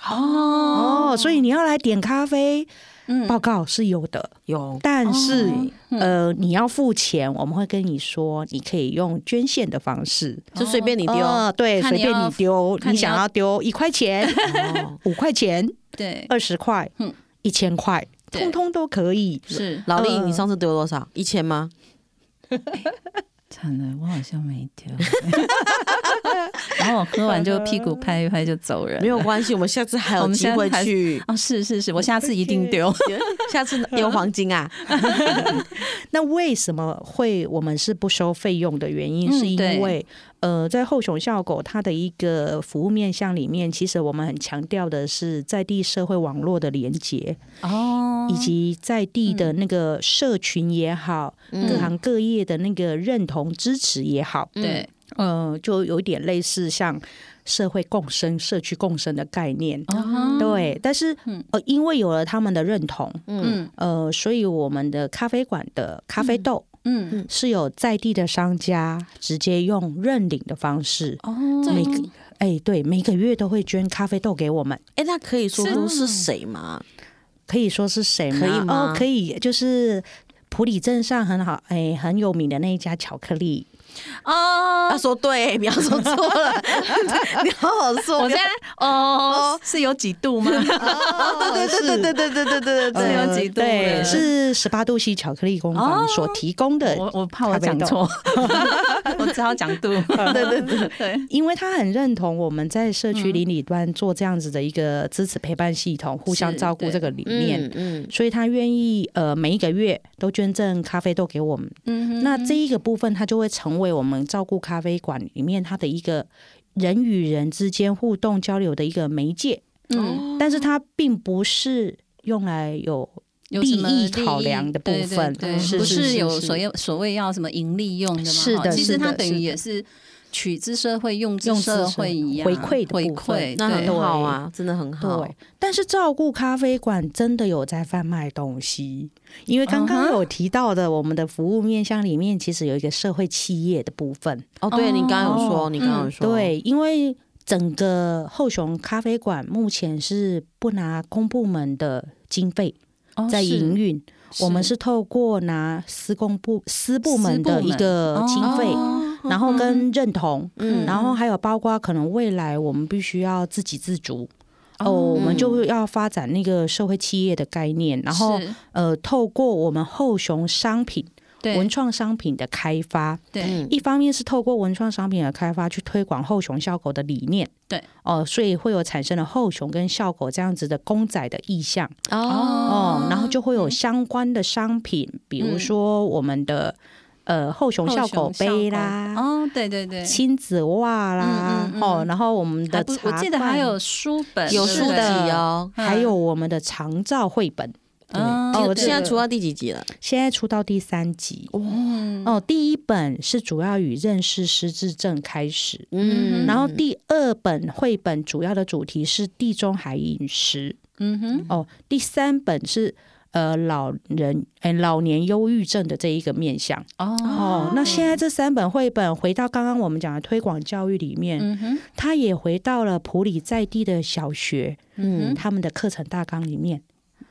Speaker 5: 哦，所以你要来点咖啡，
Speaker 3: 嗯
Speaker 5: 报告是有的，
Speaker 4: 有
Speaker 5: 但是、
Speaker 3: 嗯
Speaker 5: 呃，你要付钱，我们会跟你说，你可以用捐献的方式。
Speaker 4: 就随便你丢。
Speaker 5: 呃对，
Speaker 3: 看
Speaker 5: 随
Speaker 3: 你
Speaker 5: 便
Speaker 3: 要
Speaker 5: 你丢，
Speaker 3: 看
Speaker 5: 你
Speaker 3: 你
Speaker 5: 想
Speaker 3: 要
Speaker 5: 要丢一块 钱、
Speaker 4: 哦
Speaker 5: 五块钱、
Speaker 3: 对，
Speaker 5: 二十块
Speaker 3: 嗯、
Speaker 5: 一千块，
Speaker 3: 对
Speaker 5: 通通都可以。
Speaker 3: 是
Speaker 4: 老力，
Speaker 5: 呃
Speaker 4: 你上次丢多少？一千吗？
Speaker 3: 惨了，我好像没丢。然后我喝完就屁股拍一拍就走人了。
Speaker 4: 没有关系，我们下次还
Speaker 3: 我
Speaker 4: 有
Speaker 3: 们
Speaker 4: 机
Speaker 3: 下次
Speaker 4: 会
Speaker 3: 还
Speaker 4: 去。
Speaker 3: 哦，是是是，我下次一定丢。
Speaker 4: 下次丢黄金啊！
Speaker 5: 那为什么会我们是不收费用的原因，
Speaker 3: 嗯
Speaker 5: 是因
Speaker 3: 对
Speaker 5: 为呃，在后熊效狗它的一个服务面向里面，其实我们很强调的是在地社会网络的连接，
Speaker 3: 哦嗯
Speaker 5: 以及在地的那个社群也好，
Speaker 4: 嗯
Speaker 5: 各行各业的那个认同支持也好，
Speaker 3: 对，
Speaker 5: 呃，就有点类似像社会共生、社区共生的概念。
Speaker 3: 哦，
Speaker 5: 对，但是呃，因为有了他们的认同，
Speaker 3: 嗯
Speaker 5: 呃，所以我们的咖啡馆的咖啡豆。
Speaker 3: 嗯，
Speaker 5: 是有在地的商家直接用认领的方式，
Speaker 3: 哦，
Speaker 5: 每个哎对，每个月都会捐咖啡豆给我们，
Speaker 4: 哎，那可以说出是谁吗？
Speaker 5: 可以说是谁吗？
Speaker 4: 可以吗
Speaker 5: 哦，可以，就是普里镇上很好哎很有名的那一家巧克力，
Speaker 4: 他
Speaker 3: 哦，
Speaker 4: 啊说对，不要说错了， 你好好 说。
Speaker 3: 我现在哦是有几度 吗？
Speaker 4: 对对对对对对对对对
Speaker 3: 是
Speaker 4: 对，
Speaker 3: 有几度
Speaker 5: 对，
Speaker 3: 的
Speaker 5: 是十八度 C 巧克力工坊所提供的。
Speaker 3: 哦我我怕我
Speaker 5: 咖啡
Speaker 3: 讲
Speaker 5: 豆
Speaker 3: 错， 我只好讲度。对对对 对，
Speaker 5: 因为他很认同我们在社
Speaker 3: 嗯
Speaker 5: 区邻里端做这样子的一个支持陪伴系统，互相
Speaker 3: 是
Speaker 5: 照顾
Speaker 3: 对
Speaker 5: 这个理念，
Speaker 4: 嗯嗯，
Speaker 5: 所以他愿意呃每一个月都捐赠咖啡豆给我们。
Speaker 3: 嗯
Speaker 5: 那这一个部分，它就会成为我们照顾咖啡馆里面它的一个人与人之间互动交流的一个媒介，
Speaker 3: 嗯，
Speaker 5: 但是它并不是用来有
Speaker 3: 有
Speaker 5: 利
Speaker 3: 什么
Speaker 5: 益考量的部
Speaker 3: 对对
Speaker 5: 分
Speaker 3: 对
Speaker 5: 是
Speaker 3: 不
Speaker 5: 是
Speaker 3: 是
Speaker 5: 是
Speaker 3: 有
Speaker 5: 是
Speaker 3: 所谓所谓要什么盈利用的吗？
Speaker 5: 是的
Speaker 3: 哈其
Speaker 5: 是
Speaker 3: 实它
Speaker 5: 的
Speaker 3: 等
Speaker 5: 是
Speaker 3: 于
Speaker 5: 的
Speaker 3: 也是取之社会用之
Speaker 5: 用之
Speaker 3: 社
Speaker 5: 社
Speaker 3: 会一样
Speaker 5: 回馈的
Speaker 3: 回
Speaker 5: 部分
Speaker 3: 馈，
Speaker 4: 那很
Speaker 3: 对
Speaker 4: 好啊，真的很好。
Speaker 5: 对，但是照顾咖啡馆真的有在贩卖东西，因为刚
Speaker 3: 嗯
Speaker 5: 刚
Speaker 3: 哼
Speaker 5: 有提到的，我们的服务面向里面其实有一个社会企业的部分，
Speaker 4: 哦，对你刚刚有
Speaker 3: 哦
Speaker 4: 说，你刚刚有说，
Speaker 5: 对，因为整个后熊咖啡馆目前是不拿公部门的经费
Speaker 3: 哦
Speaker 5: 在
Speaker 3: 是
Speaker 5: 营运，我们
Speaker 3: 是
Speaker 5: 是透过拿私公部私部
Speaker 3: 私
Speaker 5: 门
Speaker 3: 部
Speaker 5: 的一
Speaker 3: 门
Speaker 5: 个
Speaker 3: 哦
Speaker 5: 经费，然后跟认同，
Speaker 4: 嗯
Speaker 5: 然后还有包括可能未来我们必须要自给自足。哦，我
Speaker 3: 嗯
Speaker 5: 们就会要发展那个社会企业的概念，然后
Speaker 3: 是
Speaker 5: 呃，透过我们后雄商品、文
Speaker 3: 对
Speaker 5: 创商品的开发，
Speaker 3: 对
Speaker 4: 嗯
Speaker 5: 一方面是透过文创商品的开发去推广后熊效狗的理念，
Speaker 3: 对，
Speaker 5: 哦、所以会有产生了后熊跟效狗这样子的公仔的意向，
Speaker 4: 哦
Speaker 5: 哦，然后就会有相关的商品，比如说我们的呃后熊
Speaker 3: 嗯后
Speaker 5: 笑
Speaker 3: 熊
Speaker 5: 狗
Speaker 3: 笑
Speaker 5: 杯
Speaker 3: 狗
Speaker 5: 啦，
Speaker 3: 哦，对对对，
Speaker 5: 亲子袜啦，
Speaker 3: 嗯嗯嗯
Speaker 5: 哦，然后我们
Speaker 3: 还
Speaker 5: 的
Speaker 3: 不
Speaker 5: 茶
Speaker 3: 我记得还
Speaker 5: 罐
Speaker 3: 有书本，
Speaker 4: 有
Speaker 3: 对
Speaker 4: 书
Speaker 3: 不
Speaker 5: 是
Speaker 3: 对
Speaker 5: 的
Speaker 4: 籍哦。
Speaker 5: 还有我们的长照绘本，
Speaker 3: 嗯
Speaker 4: 哦，
Speaker 3: 对
Speaker 4: 我
Speaker 3: 对
Speaker 4: 现在
Speaker 3: 对
Speaker 4: 出到第几集了？
Speaker 5: 现在出到第三集。
Speaker 3: 嗯
Speaker 5: 哦，第一本是主要以认识失智症开始，
Speaker 3: 嗯
Speaker 5: 然后第二本绘本主要的主题是地中海饮食，
Speaker 3: 嗯哼，
Speaker 5: 哦，第三本是呃老人哎老年忧郁症的这一个面向。
Speaker 3: 哦，
Speaker 5: 哦，那现在这三本绘本回到刚刚我们讲的推广教育里面，
Speaker 3: 嗯哼，
Speaker 5: 它也回到了普里在地的小学，嗯，他们的课程大纲里面。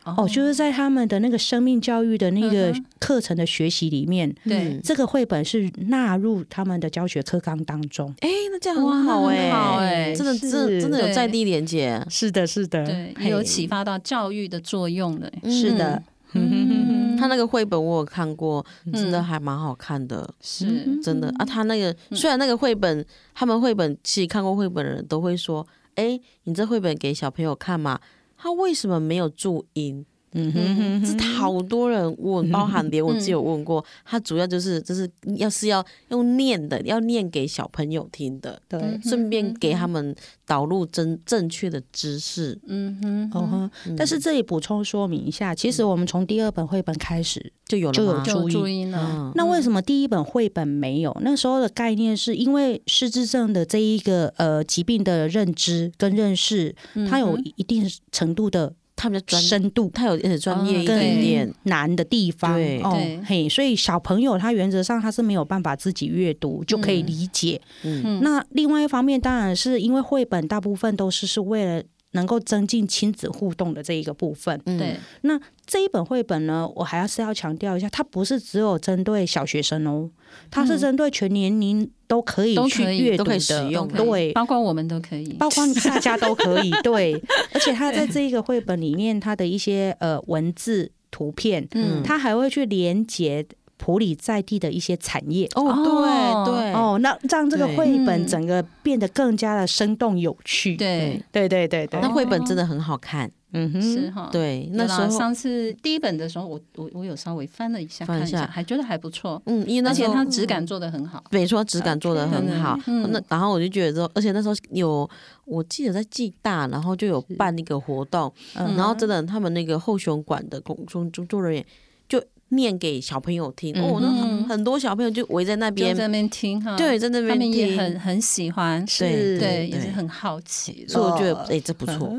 Speaker 5: 哦，就是在他们的那个生命教育的那个课程的学习里面，
Speaker 3: 对，
Speaker 4: 嗯
Speaker 5: 这个绘本是纳入他们的教学课纲当中。
Speaker 4: 哎，那这样
Speaker 3: 哇
Speaker 4: 很好
Speaker 3: 很
Speaker 4: 哎，
Speaker 3: 好哎
Speaker 4: 真的
Speaker 5: 是
Speaker 4: 真的真的有
Speaker 3: 对
Speaker 4: 在地连接，
Speaker 5: 是的，是的
Speaker 3: 对，
Speaker 5: 嘿
Speaker 3: 也有启发到教育的作用的。
Speaker 5: 是的，
Speaker 4: 嗯。他那个绘本我有看过，真的还蛮好看的，
Speaker 3: 嗯是
Speaker 4: 真的啊。他那个虽然那个绘本，他们绘本其实看过绘本的人都会说，哎，你这绘本给小朋友看嘛，他为什么没有注音？
Speaker 5: 嗯哼哼嗯
Speaker 4: 这好多人问，包含连我自己有问过，他主要就是就是要是要用念的，要念给小朋友听的，
Speaker 5: 对，哦
Speaker 4: 顺便给他们导入真正确的知识。
Speaker 3: 嗯
Speaker 5: 哦哼。但是这里补充说明一下，其实我们从第二本绘本开始，
Speaker 4: 就有了
Speaker 5: 就有
Speaker 4: 吗
Speaker 5: 注
Speaker 3: 就
Speaker 5: 意
Speaker 3: 嗯注意呢，
Speaker 4: 嗯
Speaker 5: 那为什么第一本绘本没有？那时候的概念是因为失智症的这一个呃疾病的认知跟认识，
Speaker 4: 嗯
Speaker 3: 嗯
Speaker 5: 它有一定程度的
Speaker 4: 他们的专，
Speaker 5: 深哦度
Speaker 4: 他有点专业一
Speaker 5: 跟
Speaker 4: 点点，
Speaker 5: 难的地方
Speaker 4: 对
Speaker 5: 哦
Speaker 3: 对，
Speaker 5: 嘿，所以小朋友他原则上他是没有办法自己阅读就可以理解。
Speaker 4: 嗯，
Speaker 5: 那另外一方面，当然是因为绘本大部分都是是为了。能够增进亲子互动的这一个部分，
Speaker 4: 嗯
Speaker 3: 对，
Speaker 5: 那这一本绘本呢，我还要是要强调一下，它不是只有针对小学生哦，它是针对全年龄都可以
Speaker 3: 都
Speaker 5: 去
Speaker 3: 可以
Speaker 5: 阅
Speaker 4: 都
Speaker 5: 读
Speaker 4: 可以
Speaker 5: 的，
Speaker 4: 使用的
Speaker 5: 对。
Speaker 3: 包括我们都可以。
Speaker 5: 包括大家都可以对，而且它在这一个绘本里面，它的一些呃文字、图片，
Speaker 4: 嗯
Speaker 5: 它还会去连接普里在地的一些产业
Speaker 4: 哦，
Speaker 3: 哦
Speaker 4: 对对，
Speaker 5: 哦，那让这个绘
Speaker 3: 嗯
Speaker 5: 本整个变得更加的生动有趣。
Speaker 3: 对，哦
Speaker 5: 对对对对
Speaker 4: 那，绘本真的很好看，
Speaker 5: 嗯
Speaker 3: 是
Speaker 5: 哼，
Speaker 3: 哈，。
Speaker 4: 对，那时候
Speaker 3: 上次第一本的时候，我我我有稍微翻了一下，
Speaker 4: 翻一
Speaker 3: 看一下，
Speaker 4: 下
Speaker 3: 还觉得还不错，
Speaker 4: 嗯，因为那
Speaker 3: 而
Speaker 4: 时
Speaker 3: 且
Speaker 4: 候
Speaker 3: 它质感做的很好。
Speaker 4: 没错，质感做的很好。
Speaker 3: 嗯
Speaker 4: 那然后我就觉得说，而且那时候有，我记得在暨大，然后就有办一个活动，
Speaker 5: 嗯
Speaker 4: 然后真的他们那个后雄馆的工工工作人员就念给小朋友听，哦，那
Speaker 3: 嗯
Speaker 4: 很多小朋友就围在那
Speaker 3: 就
Speaker 4: 边，
Speaker 3: 在那边听哈，
Speaker 4: 对，在那
Speaker 3: 他
Speaker 4: 边
Speaker 3: 们
Speaker 4: 听，
Speaker 3: 也很很喜欢，
Speaker 4: 对
Speaker 3: 对，也
Speaker 4: 对
Speaker 3: 是很好奇的。
Speaker 4: 所以我觉得哎、这不错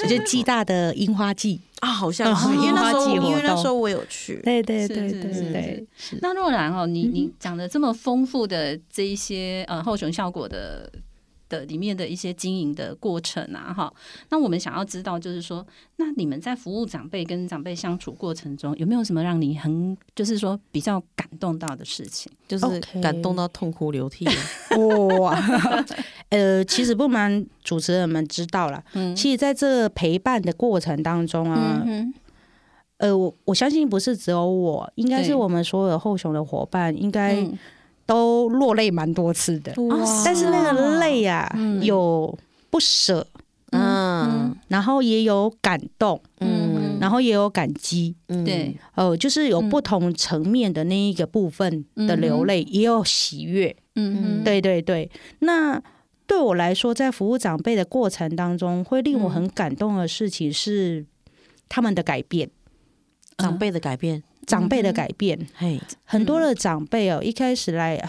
Speaker 5: 这就是暨大的樱花 季。
Speaker 4: 啊，好像是，
Speaker 5: 嗯
Speaker 4: 因为那时候
Speaker 5: 花季活
Speaker 4: 因
Speaker 5: 动
Speaker 4: 为那时候我有去，
Speaker 5: 对对
Speaker 3: 是
Speaker 5: 对
Speaker 3: 是
Speaker 5: 对
Speaker 3: 是
Speaker 5: 对，
Speaker 3: 那若然哦，
Speaker 4: 嗯
Speaker 3: 你你讲的这么丰富的这一些呃后雄效果的的里面的一些经营的过程啊，哈，那我们想要知道就是说，那你们在服务长辈跟长辈相处过程中，有没有什么让你很就是说比较感动到的事情？
Speaker 4: 就是感
Speaker 5: OK
Speaker 4: 动到痛哭流涕。
Speaker 5: 哇， 呃，其实不瞒主持人们知道了，
Speaker 3: 嗯
Speaker 5: 其实在这个陪伴的过程当中啊，
Speaker 3: 嗯
Speaker 5: 呃，我我相信不是只有我，应该
Speaker 3: 对
Speaker 5: 是我们所有后雄的伙伴，应该
Speaker 3: 哼，
Speaker 5: 都落泪蛮多次的。
Speaker 3: 哇
Speaker 5: 但是那个泪啊，
Speaker 3: 嗯
Speaker 5: 有不舍，
Speaker 4: 嗯
Speaker 5: 然后也有感动，
Speaker 4: 嗯
Speaker 5: 然后也有感激。
Speaker 4: 嗯，
Speaker 3: 对，
Speaker 5: 哦，就是有
Speaker 3: 嗯
Speaker 5: 不同层面的那一个部分的流泪，也有喜悦。
Speaker 3: 嗯哼，
Speaker 5: 对对对，那对我来说，在服务长辈的过程当中，会令我很
Speaker 3: 嗯
Speaker 5: 感动的事情是他们的改变，
Speaker 4: 长辈的改变，
Speaker 5: 长辈的改变。
Speaker 4: 嘿，
Speaker 5: 很多
Speaker 3: 嗯
Speaker 5: 的长辈哦，一开始来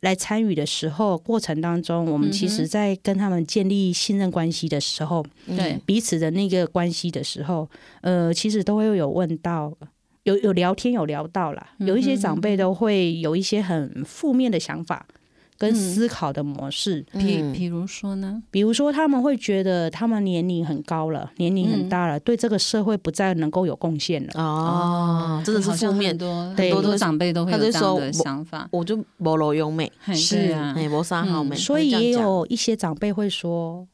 Speaker 5: 来参与的时候，过程当中，我们其
Speaker 3: 嗯
Speaker 5: 实
Speaker 3: 哼
Speaker 5: 在跟他们建立信任关系的时候，
Speaker 4: 嗯
Speaker 3: 对，
Speaker 5: 彼此的那个关系的时候，呃，其实都会有问到。有有聊天有聊到啦，
Speaker 4: 嗯
Speaker 5: 有一些长辈都会有一些很负面的想法跟
Speaker 3: 嗯
Speaker 5: 思考的模式，
Speaker 4: 嗯
Speaker 3: 比比如说呢，
Speaker 5: 比如说，他们会觉得他们年龄很高了，年龄很大了，
Speaker 4: 嗯
Speaker 5: 对这个社会不再能够有贡献了。
Speaker 4: 哦，真的是
Speaker 3: 嗯哎好像
Speaker 4: 负面
Speaker 3: 很，多很
Speaker 5: 对
Speaker 3: 多长辈都会有
Speaker 4: 他就
Speaker 3: 这样
Speaker 4: 说
Speaker 3: 的
Speaker 4: 我
Speaker 3: 想法，
Speaker 4: 我就没路用妹，
Speaker 3: 嘿
Speaker 5: 是
Speaker 3: 对啊，
Speaker 4: 哎，没啥好妹，
Speaker 5: 嗯所以哦也
Speaker 4: 会这样
Speaker 5: 有一些长辈会说，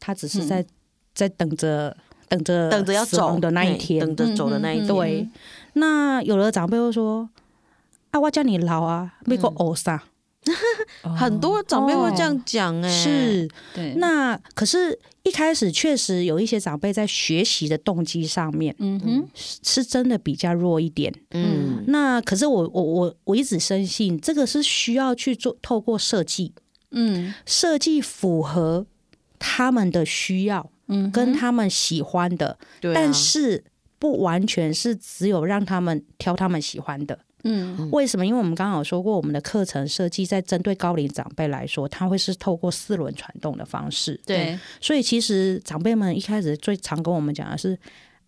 Speaker 5: 他只是在、在等着等
Speaker 4: 讲
Speaker 5: 着
Speaker 4: 等着要
Speaker 5: 死亡
Speaker 4: 走
Speaker 5: 的那一
Speaker 4: 嘿等
Speaker 5: 天。
Speaker 4: 着走的那一
Speaker 3: 嗯
Speaker 4: 天，
Speaker 5: 对，
Speaker 4: 嗯
Speaker 5: 那有的长辈会说：“啊，我叫你老啊，没个偶啥。
Speaker 4: 很多长辈会这
Speaker 5: 哦
Speaker 4: 样讲哦哎、
Speaker 5: 是，
Speaker 3: 对，
Speaker 5: 那可是，一开始确实有一些长辈在学习的动机上面
Speaker 3: 嗯哼，
Speaker 5: 是真的比较弱一点。
Speaker 4: 嗯
Speaker 5: 那可是我我我我一直深信，这个是需要去做，透过设计，
Speaker 3: 嗯
Speaker 5: 设计符合他们的需要
Speaker 3: 嗯，
Speaker 5: 跟他们喜欢的，
Speaker 4: 对啊、
Speaker 5: 但是不完全是只有让他们挑他们喜欢的。
Speaker 3: 嗯
Speaker 5: 为什么？因为我们刚好说过，我们的课程设计在针对高龄长辈来说，它会是透过四轮传动的方式。
Speaker 3: 对，
Speaker 5: 所以其实长辈们一开始最常跟我们讲的是。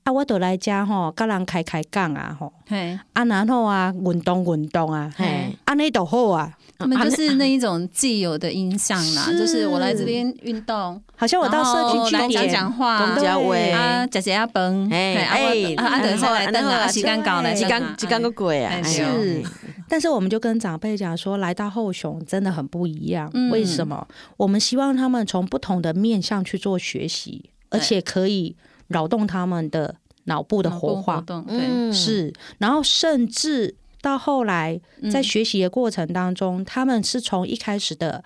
Speaker 5: 啊，我都来家吼，跟人开开讲啊吼，
Speaker 3: 嘿，
Speaker 5: 啊，然后啊，运动运动啊，
Speaker 4: 嘿，
Speaker 5: 安尼都好啊，
Speaker 3: 他们就是那一种既有的印象啦，
Speaker 5: 是
Speaker 3: 就是我来这边运动，
Speaker 5: 好像我到社
Speaker 3: 然
Speaker 5: 区
Speaker 3: 后哦来
Speaker 5: 去
Speaker 3: 讲
Speaker 5: 点
Speaker 3: 讲话，
Speaker 4: 公家
Speaker 5: 对
Speaker 4: 位，
Speaker 3: 啊，食食啊饭，
Speaker 4: 哎
Speaker 3: 嘿啊，我
Speaker 4: 哎
Speaker 5: 嗯
Speaker 3: 啊，等下来等
Speaker 4: 然后
Speaker 3: 啊，
Speaker 4: 啊
Speaker 3: 时间到来
Speaker 4: 几
Speaker 3: 等啊，
Speaker 4: 缸几缸个鬼啊
Speaker 3: 哎！
Speaker 4: 哎呦
Speaker 5: 是，但是我们就跟长辈讲说，来到后雄真的很不一样。
Speaker 3: 嗯
Speaker 5: 为什么？我们希望他们从不同的面向去做学习，而
Speaker 3: 对
Speaker 5: 且可以扰动他们的脑部的
Speaker 3: 脑部
Speaker 5: 活
Speaker 3: 活
Speaker 5: 化。
Speaker 3: 动，对，
Speaker 4: 嗯，
Speaker 5: 是，然后甚至到后来在
Speaker 3: 嗯
Speaker 5: 学习的过程当中，他们是从一开始的。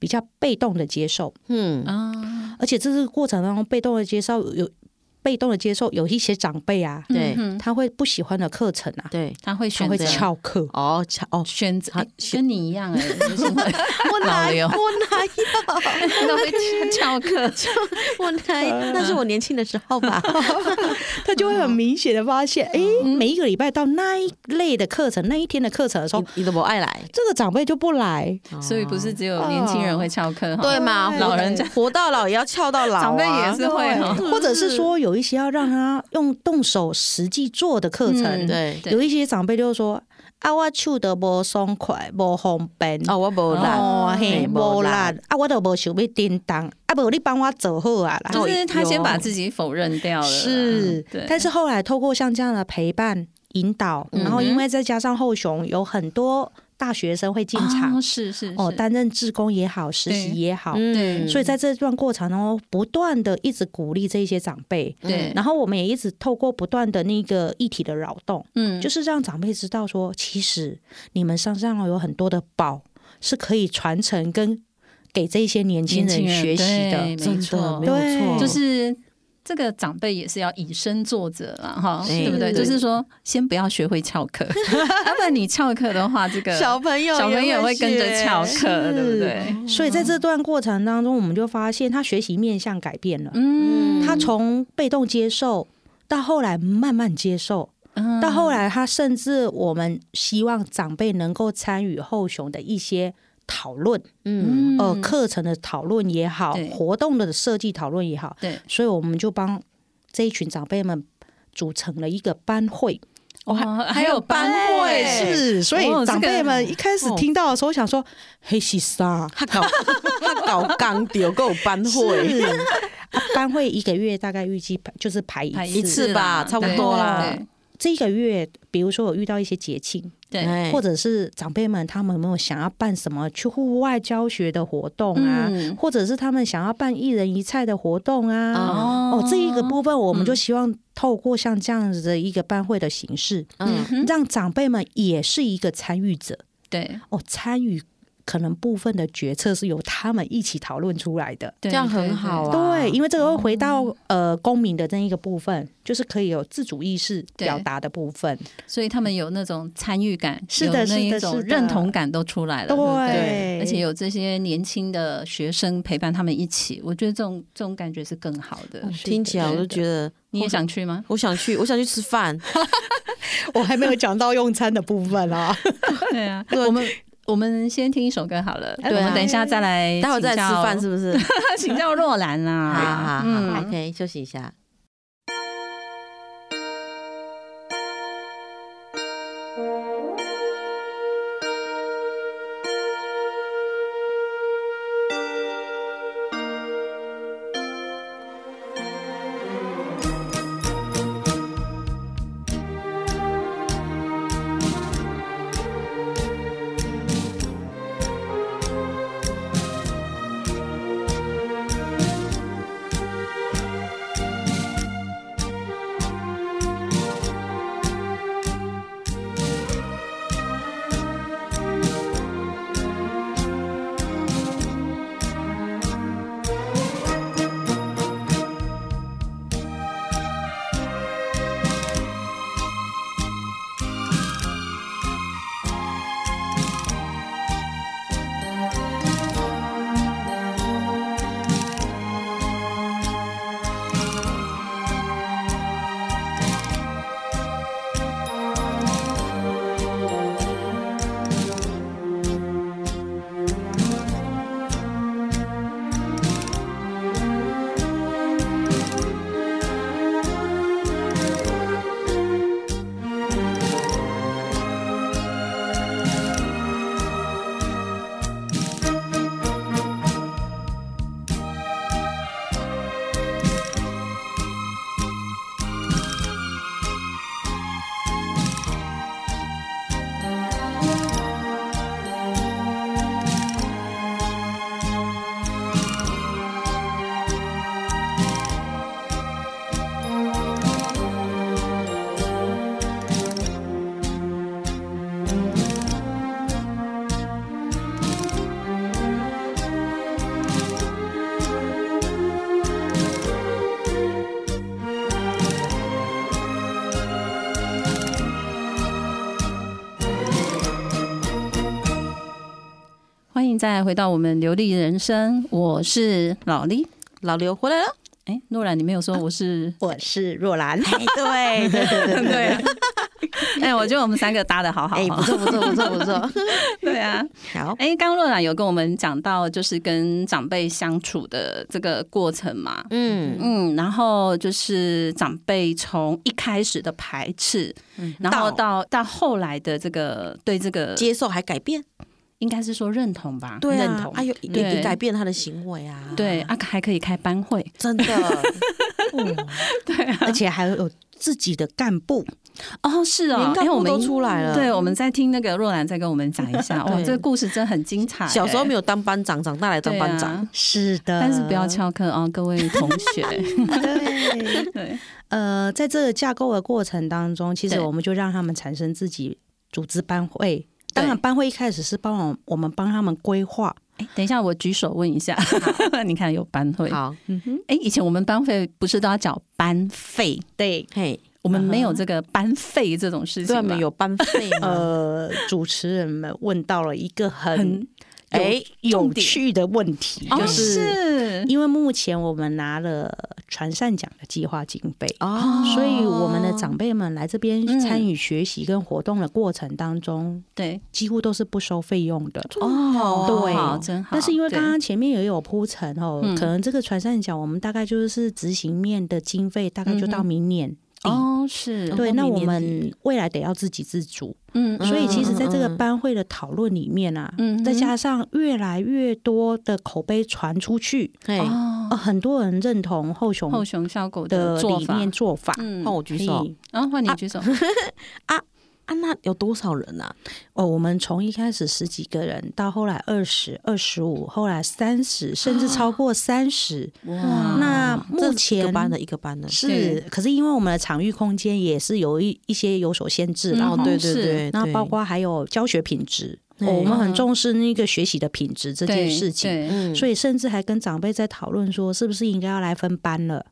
Speaker 5: 比较被动的接受，
Speaker 4: 嗯，
Speaker 3: 啊，
Speaker 5: 而且这个过程当中被动的接受有被动的接受，有一些长辈啊，
Speaker 4: 对
Speaker 3: 嗯哼
Speaker 5: 他会不喜欢的课程啊，
Speaker 4: 对，
Speaker 3: 他会
Speaker 5: 他
Speaker 3: 选
Speaker 5: 会
Speaker 3: 择
Speaker 5: 翘课，
Speaker 4: 哦，巧哦，
Speaker 3: 选择
Speaker 4: 他
Speaker 3: 哎跟你一样哎，就是会
Speaker 4: 我
Speaker 3: 老
Speaker 4: 哪
Speaker 3: 刘
Speaker 4: 有我哪有
Speaker 3: 都会翘课，
Speaker 4: 我哪有？那是我年轻的时候吧。
Speaker 5: 他就会很明显的发
Speaker 3: 嗯
Speaker 5: 现，诶，每一个礼拜到那一类的课程，那一天的课程的时候
Speaker 3: 嗯
Speaker 4: 你，你都不爱 来，
Speaker 5: 这个长辈就不来，
Speaker 3: 所以不是只有年轻人会翘课哈，
Speaker 4: 哦对嘛？
Speaker 3: 老人家
Speaker 4: 活到老也要翘到老啊，
Speaker 3: 长辈也是会哈，
Speaker 5: 或者是说有一些要让他用动手实际做的课
Speaker 3: 嗯
Speaker 5: 程，
Speaker 4: 对
Speaker 3: 对
Speaker 5: 有一些长辈就说啊，我手都无爽快，无方便。
Speaker 4: 哦，我不来，
Speaker 5: 哦嘿，
Speaker 4: 嘿
Speaker 5: 无
Speaker 4: 无力
Speaker 5: 啦，啊，我都无想要叮当，啊，无你帮我做好啊啦。
Speaker 3: 就是他先把自己否认掉了啦，嗯
Speaker 5: 是，
Speaker 3: 对，嗯
Speaker 5: 但是后来透过像这样的陪伴引导，然后因为再加上后雄有很多大学生会进场
Speaker 3: 哦，是是
Speaker 5: 哦，
Speaker 3: 是
Speaker 5: 担任志工也好，实习
Speaker 3: 对嗯
Speaker 5: 也好，
Speaker 3: 对
Speaker 5: 哦
Speaker 4: 嗯
Speaker 5: 所以在这段过程中，不断的一直鼓励这些长辈，
Speaker 3: 对，
Speaker 5: 然后我们也一直透过不断的那个议题的扰动，
Speaker 3: 嗯
Speaker 5: 就是让长辈知道说，其实你们身上有很多的宝是可以传承跟给这些年轻人学习
Speaker 3: 对
Speaker 5: 的。
Speaker 3: 没错，
Speaker 4: 没有
Speaker 5: 对
Speaker 3: 哦就
Speaker 4: 错，
Speaker 3: 是这个长辈也是要以身作则了哈，
Speaker 4: 是
Speaker 3: 对不对？
Speaker 4: 对
Speaker 3: 就是说，先不要学会翘 课，要不然你翘课的话，这个
Speaker 4: 小朋友
Speaker 3: 小朋
Speaker 4: 也
Speaker 3: 友会跟着
Speaker 4: 学
Speaker 3: 翘课，对不对？
Speaker 5: 所以在这段过程当中，我们就发现他学习面向改变了，
Speaker 3: 嗯，
Speaker 5: 他从被动接受到后来慢慢接受，
Speaker 3: 嗯
Speaker 5: 到后来，他甚至我们希望长辈能够参与后雄的一些讨论，
Speaker 4: 嗯，
Speaker 5: 呃，课程的讨论也好
Speaker 3: 对，
Speaker 5: 活动的设计讨论也好，
Speaker 3: 对，
Speaker 5: 所以我们就帮这一群长辈们组成了一个班会。
Speaker 3: 哦，还有班
Speaker 4: 会
Speaker 3: 会，
Speaker 5: 是，所以
Speaker 3: 哦这个
Speaker 5: 长辈们一开始
Speaker 4: 哦
Speaker 5: 听到的时候想说：“嘿西莎，
Speaker 4: 他 搞他搞刚丢够班
Speaker 5: 是
Speaker 4: 会，
Speaker 5: 啊班会一个月大概预计就是排一
Speaker 3: 排
Speaker 5: 次，
Speaker 4: 一次吧
Speaker 3: 啦
Speaker 4: 差不
Speaker 3: 对
Speaker 4: 多啦
Speaker 5: 这个月比如说我遇到一些节庆，
Speaker 3: 对对，
Speaker 4: 哎
Speaker 5: 或者是长辈们他们有没有想要办什么去户外教学的活动啊，
Speaker 3: 嗯
Speaker 5: 或者是他们想要办一人一菜的活动啊。
Speaker 4: 嗯
Speaker 5: 哦，这一个部分，我们就
Speaker 3: 嗯
Speaker 5: 希望透过像这样子的一个班会的形式，
Speaker 4: 嗯
Speaker 3: 嗯
Speaker 5: 让长辈们也是一个参与者
Speaker 3: 对
Speaker 5: 哦，参与可能部分的决策是由他们一起讨论出来的。
Speaker 3: 对，
Speaker 4: 这样很好啊。
Speaker 5: 对，因为这个会回到、
Speaker 3: 嗯
Speaker 5: 呃公民的那一个部分，就是可以有自主意识
Speaker 3: 对
Speaker 5: 表达的部分。
Speaker 3: 对，所以他们有那种参与感，
Speaker 5: 是
Speaker 3: 有
Speaker 5: 的
Speaker 3: 那
Speaker 5: 是
Speaker 3: 一
Speaker 5: 的
Speaker 3: 种
Speaker 5: 是的
Speaker 3: 认同感都出来了，不
Speaker 5: 对
Speaker 3: 而且有这些年轻的学生陪伴他们一起，我觉得这种这种感觉是更好的。
Speaker 4: 听起来我就觉得
Speaker 3: 你也想去 吗？
Speaker 4: 我想去，我想去吃饭。
Speaker 5: 我还没 有讲到用餐的部分啊。
Speaker 3: 对啊， 我们我们先听一首歌好了，
Speaker 4: 对啊
Speaker 3: 我们等一下再来，
Speaker 4: 待会再来吃饭，是不是？
Speaker 3: 请教若兰
Speaker 4: 好
Speaker 3: 啊，
Speaker 4: 好
Speaker 3: 哦嗯
Speaker 4: 好，OK，休息一下。
Speaker 6: Thank
Speaker 3: 欢迎再回到我们流利人生，我是老李。
Speaker 4: 老刘回来了，
Speaker 3: 哎，诺兰，你没有说我是
Speaker 5: 我是若兰，
Speaker 4: 哎，对对对对 对，
Speaker 3: 哎，我觉得我们三个搭的好好
Speaker 4: 哎，不
Speaker 3: 哦。
Speaker 4: 错不错不错不错，
Speaker 3: 对啊，
Speaker 4: 好，
Speaker 3: 哎，刚刚若兰有跟我们讲到，就是跟长辈相处的这个过程嘛。
Speaker 4: 嗯，
Speaker 3: 嗯，然后就是长辈从一开始的排斥，然后到到后来的这个对这个
Speaker 4: 嗯接受还改变，
Speaker 3: 应该是说认同吧，
Speaker 4: 对
Speaker 3: 认
Speaker 4: 啊
Speaker 3: 同，，
Speaker 4: 哎呦，也
Speaker 3: 对
Speaker 4: 也改变他的行为啊，
Speaker 3: 对，啊，还可以开班会，
Speaker 4: 真的，
Speaker 5: 而且还有自己的干部，
Speaker 3: 哦，是哦
Speaker 4: 连，干
Speaker 3: 因为我
Speaker 4: 部
Speaker 3: 们
Speaker 4: 都出来了，
Speaker 3: 对，我们在听那个若兰再跟我们讲一下，哇，
Speaker 4: 对
Speaker 3: 这个故事真的很精彩欸。
Speaker 4: 小时候没有当班长，长大来当
Speaker 3: 对
Speaker 4: 班
Speaker 3: 啊
Speaker 4: 长，呃
Speaker 5: 是的
Speaker 3: 但是不要翘课哦，各位同 学。
Speaker 5: 对，
Speaker 3: 对，
Speaker 5: 呃，在这个架构的过程当中，其实
Speaker 3: 对
Speaker 5: 我们就让他们产生自己组织班会。当然，
Speaker 3: 对
Speaker 5: 班会一开始是帮我我们帮他们规划，
Speaker 3: 哎，等一下，我举手问一下， 你看有班会？
Speaker 4: 好，
Speaker 3: 哎，以前我们班会不是都要缴班费？
Speaker 5: 对，嗯
Speaker 4: 嘿，
Speaker 3: 我们没有这个班费这种事情
Speaker 4: 对
Speaker 3: 吧，
Speaker 4: 啊，没有班费吗？
Speaker 5: 呃，主持人们问到了一个很
Speaker 3: 很
Speaker 5: 有
Speaker 4: 哎
Speaker 5: 有
Speaker 3: 重点
Speaker 5: 趣的问题，
Speaker 3: 哦，
Speaker 5: 就是
Speaker 3: 是
Speaker 5: 因为目前我们拿了传善奖的计划经费，
Speaker 4: 哦
Speaker 5: 所以我们的长辈们来这边
Speaker 3: 嗯
Speaker 5: 参与学习跟活动的过程当中，
Speaker 3: 对
Speaker 5: 几乎都是不收费用的。
Speaker 4: 哦
Speaker 5: 对
Speaker 3: 好真好。
Speaker 5: 但是因为
Speaker 3: 对
Speaker 5: 刚刚前面也有铺陈哦
Speaker 3: 嗯，
Speaker 5: 可能这个传善奖我们大概就是执行面的经费，大概就
Speaker 3: 嗯
Speaker 5: 到
Speaker 3: 哼
Speaker 5: 明年。
Speaker 3: 哦是，
Speaker 5: 对，那
Speaker 4: 明
Speaker 5: 我
Speaker 4: 年
Speaker 5: 们未来得要自给自足，
Speaker 3: 嗯
Speaker 5: 所以其实在这个
Speaker 4: 嗯嗯嗯
Speaker 5: 班会的讨论里面啊，
Speaker 3: 嗯
Speaker 5: 再
Speaker 3: 哼
Speaker 5: 加上越来越多的口碑传出去，
Speaker 4: 嘿，
Speaker 5: 呃，
Speaker 3: 哦，
Speaker 5: 很多人认同后熊
Speaker 3: 后熊效果
Speaker 5: 的
Speaker 3: 做
Speaker 5: 理
Speaker 3: 法
Speaker 5: 念，做法。
Speaker 3: 嗯
Speaker 4: 换我举手
Speaker 5: 嘿
Speaker 3: 啊，换你举 手，
Speaker 4: 啊，那有多少人啊？
Speaker 5: 哦，我们从一开始十几个人，到后来二十二十五，后来三十，甚至
Speaker 3: 哦
Speaker 5: 超过三十、
Speaker 3: 哇
Speaker 5: 啊那
Speaker 3: 嗯
Speaker 5: 目
Speaker 4: 这一个
Speaker 5: 前
Speaker 4: 班的一个班的，
Speaker 5: 是，可是因为我们的场域空间也是有一一些有所限制，然
Speaker 4: 哦
Speaker 5: 后、，
Speaker 4: 对
Speaker 3: 是
Speaker 4: 对对，
Speaker 5: 那
Speaker 4: 对
Speaker 5: 包括还有教学品质，
Speaker 4: 对
Speaker 5: 哦我们很
Speaker 3: 嗯
Speaker 5: 重视那个学习的品质这件
Speaker 3: 对
Speaker 5: 事情。
Speaker 3: 对
Speaker 4: 嗯
Speaker 5: 所以甚至还跟长辈在讨论说，是不是应该要来分班了？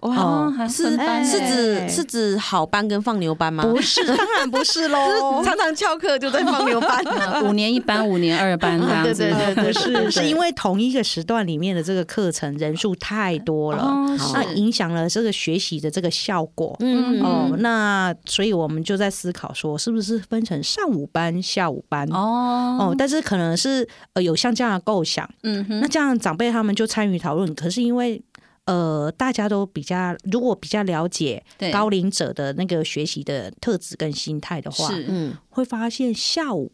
Speaker 3: 哦，
Speaker 4: 哇，
Speaker 3: 还
Speaker 4: 是
Speaker 3: 分班
Speaker 4: 是
Speaker 3: 嘞
Speaker 5: 哎
Speaker 4: 指是指好班跟放牛班吗？。
Speaker 5: 不是，当然不是喽
Speaker 4: 常常翘课就在放牛班，
Speaker 3: 呃 五年一班，五年二班这
Speaker 5: 嗯
Speaker 3: 样子。
Speaker 4: 对
Speaker 5: 不是，是因为同一个时段里面的这个课程人数太多了，
Speaker 3: 哦，
Speaker 4: 好
Speaker 5: 那
Speaker 3: 是
Speaker 5: 影响了这个学习的这个效果。
Speaker 4: 嗯
Speaker 3: 嗯
Speaker 5: 哦，那所以我们就在思考说，是不是分成上午班、下午班？哦
Speaker 3: 哦，
Speaker 5: 但是可能是呃有像这样的构想，
Speaker 3: 嗯哼
Speaker 5: 那这样长辈他们就参与讨论。可是因为呃大家都比较，如果比较了解
Speaker 3: 对
Speaker 5: 高龄者的那个学习的特质跟心态的话，
Speaker 3: 是
Speaker 4: 嗯，
Speaker 5: 会发现下午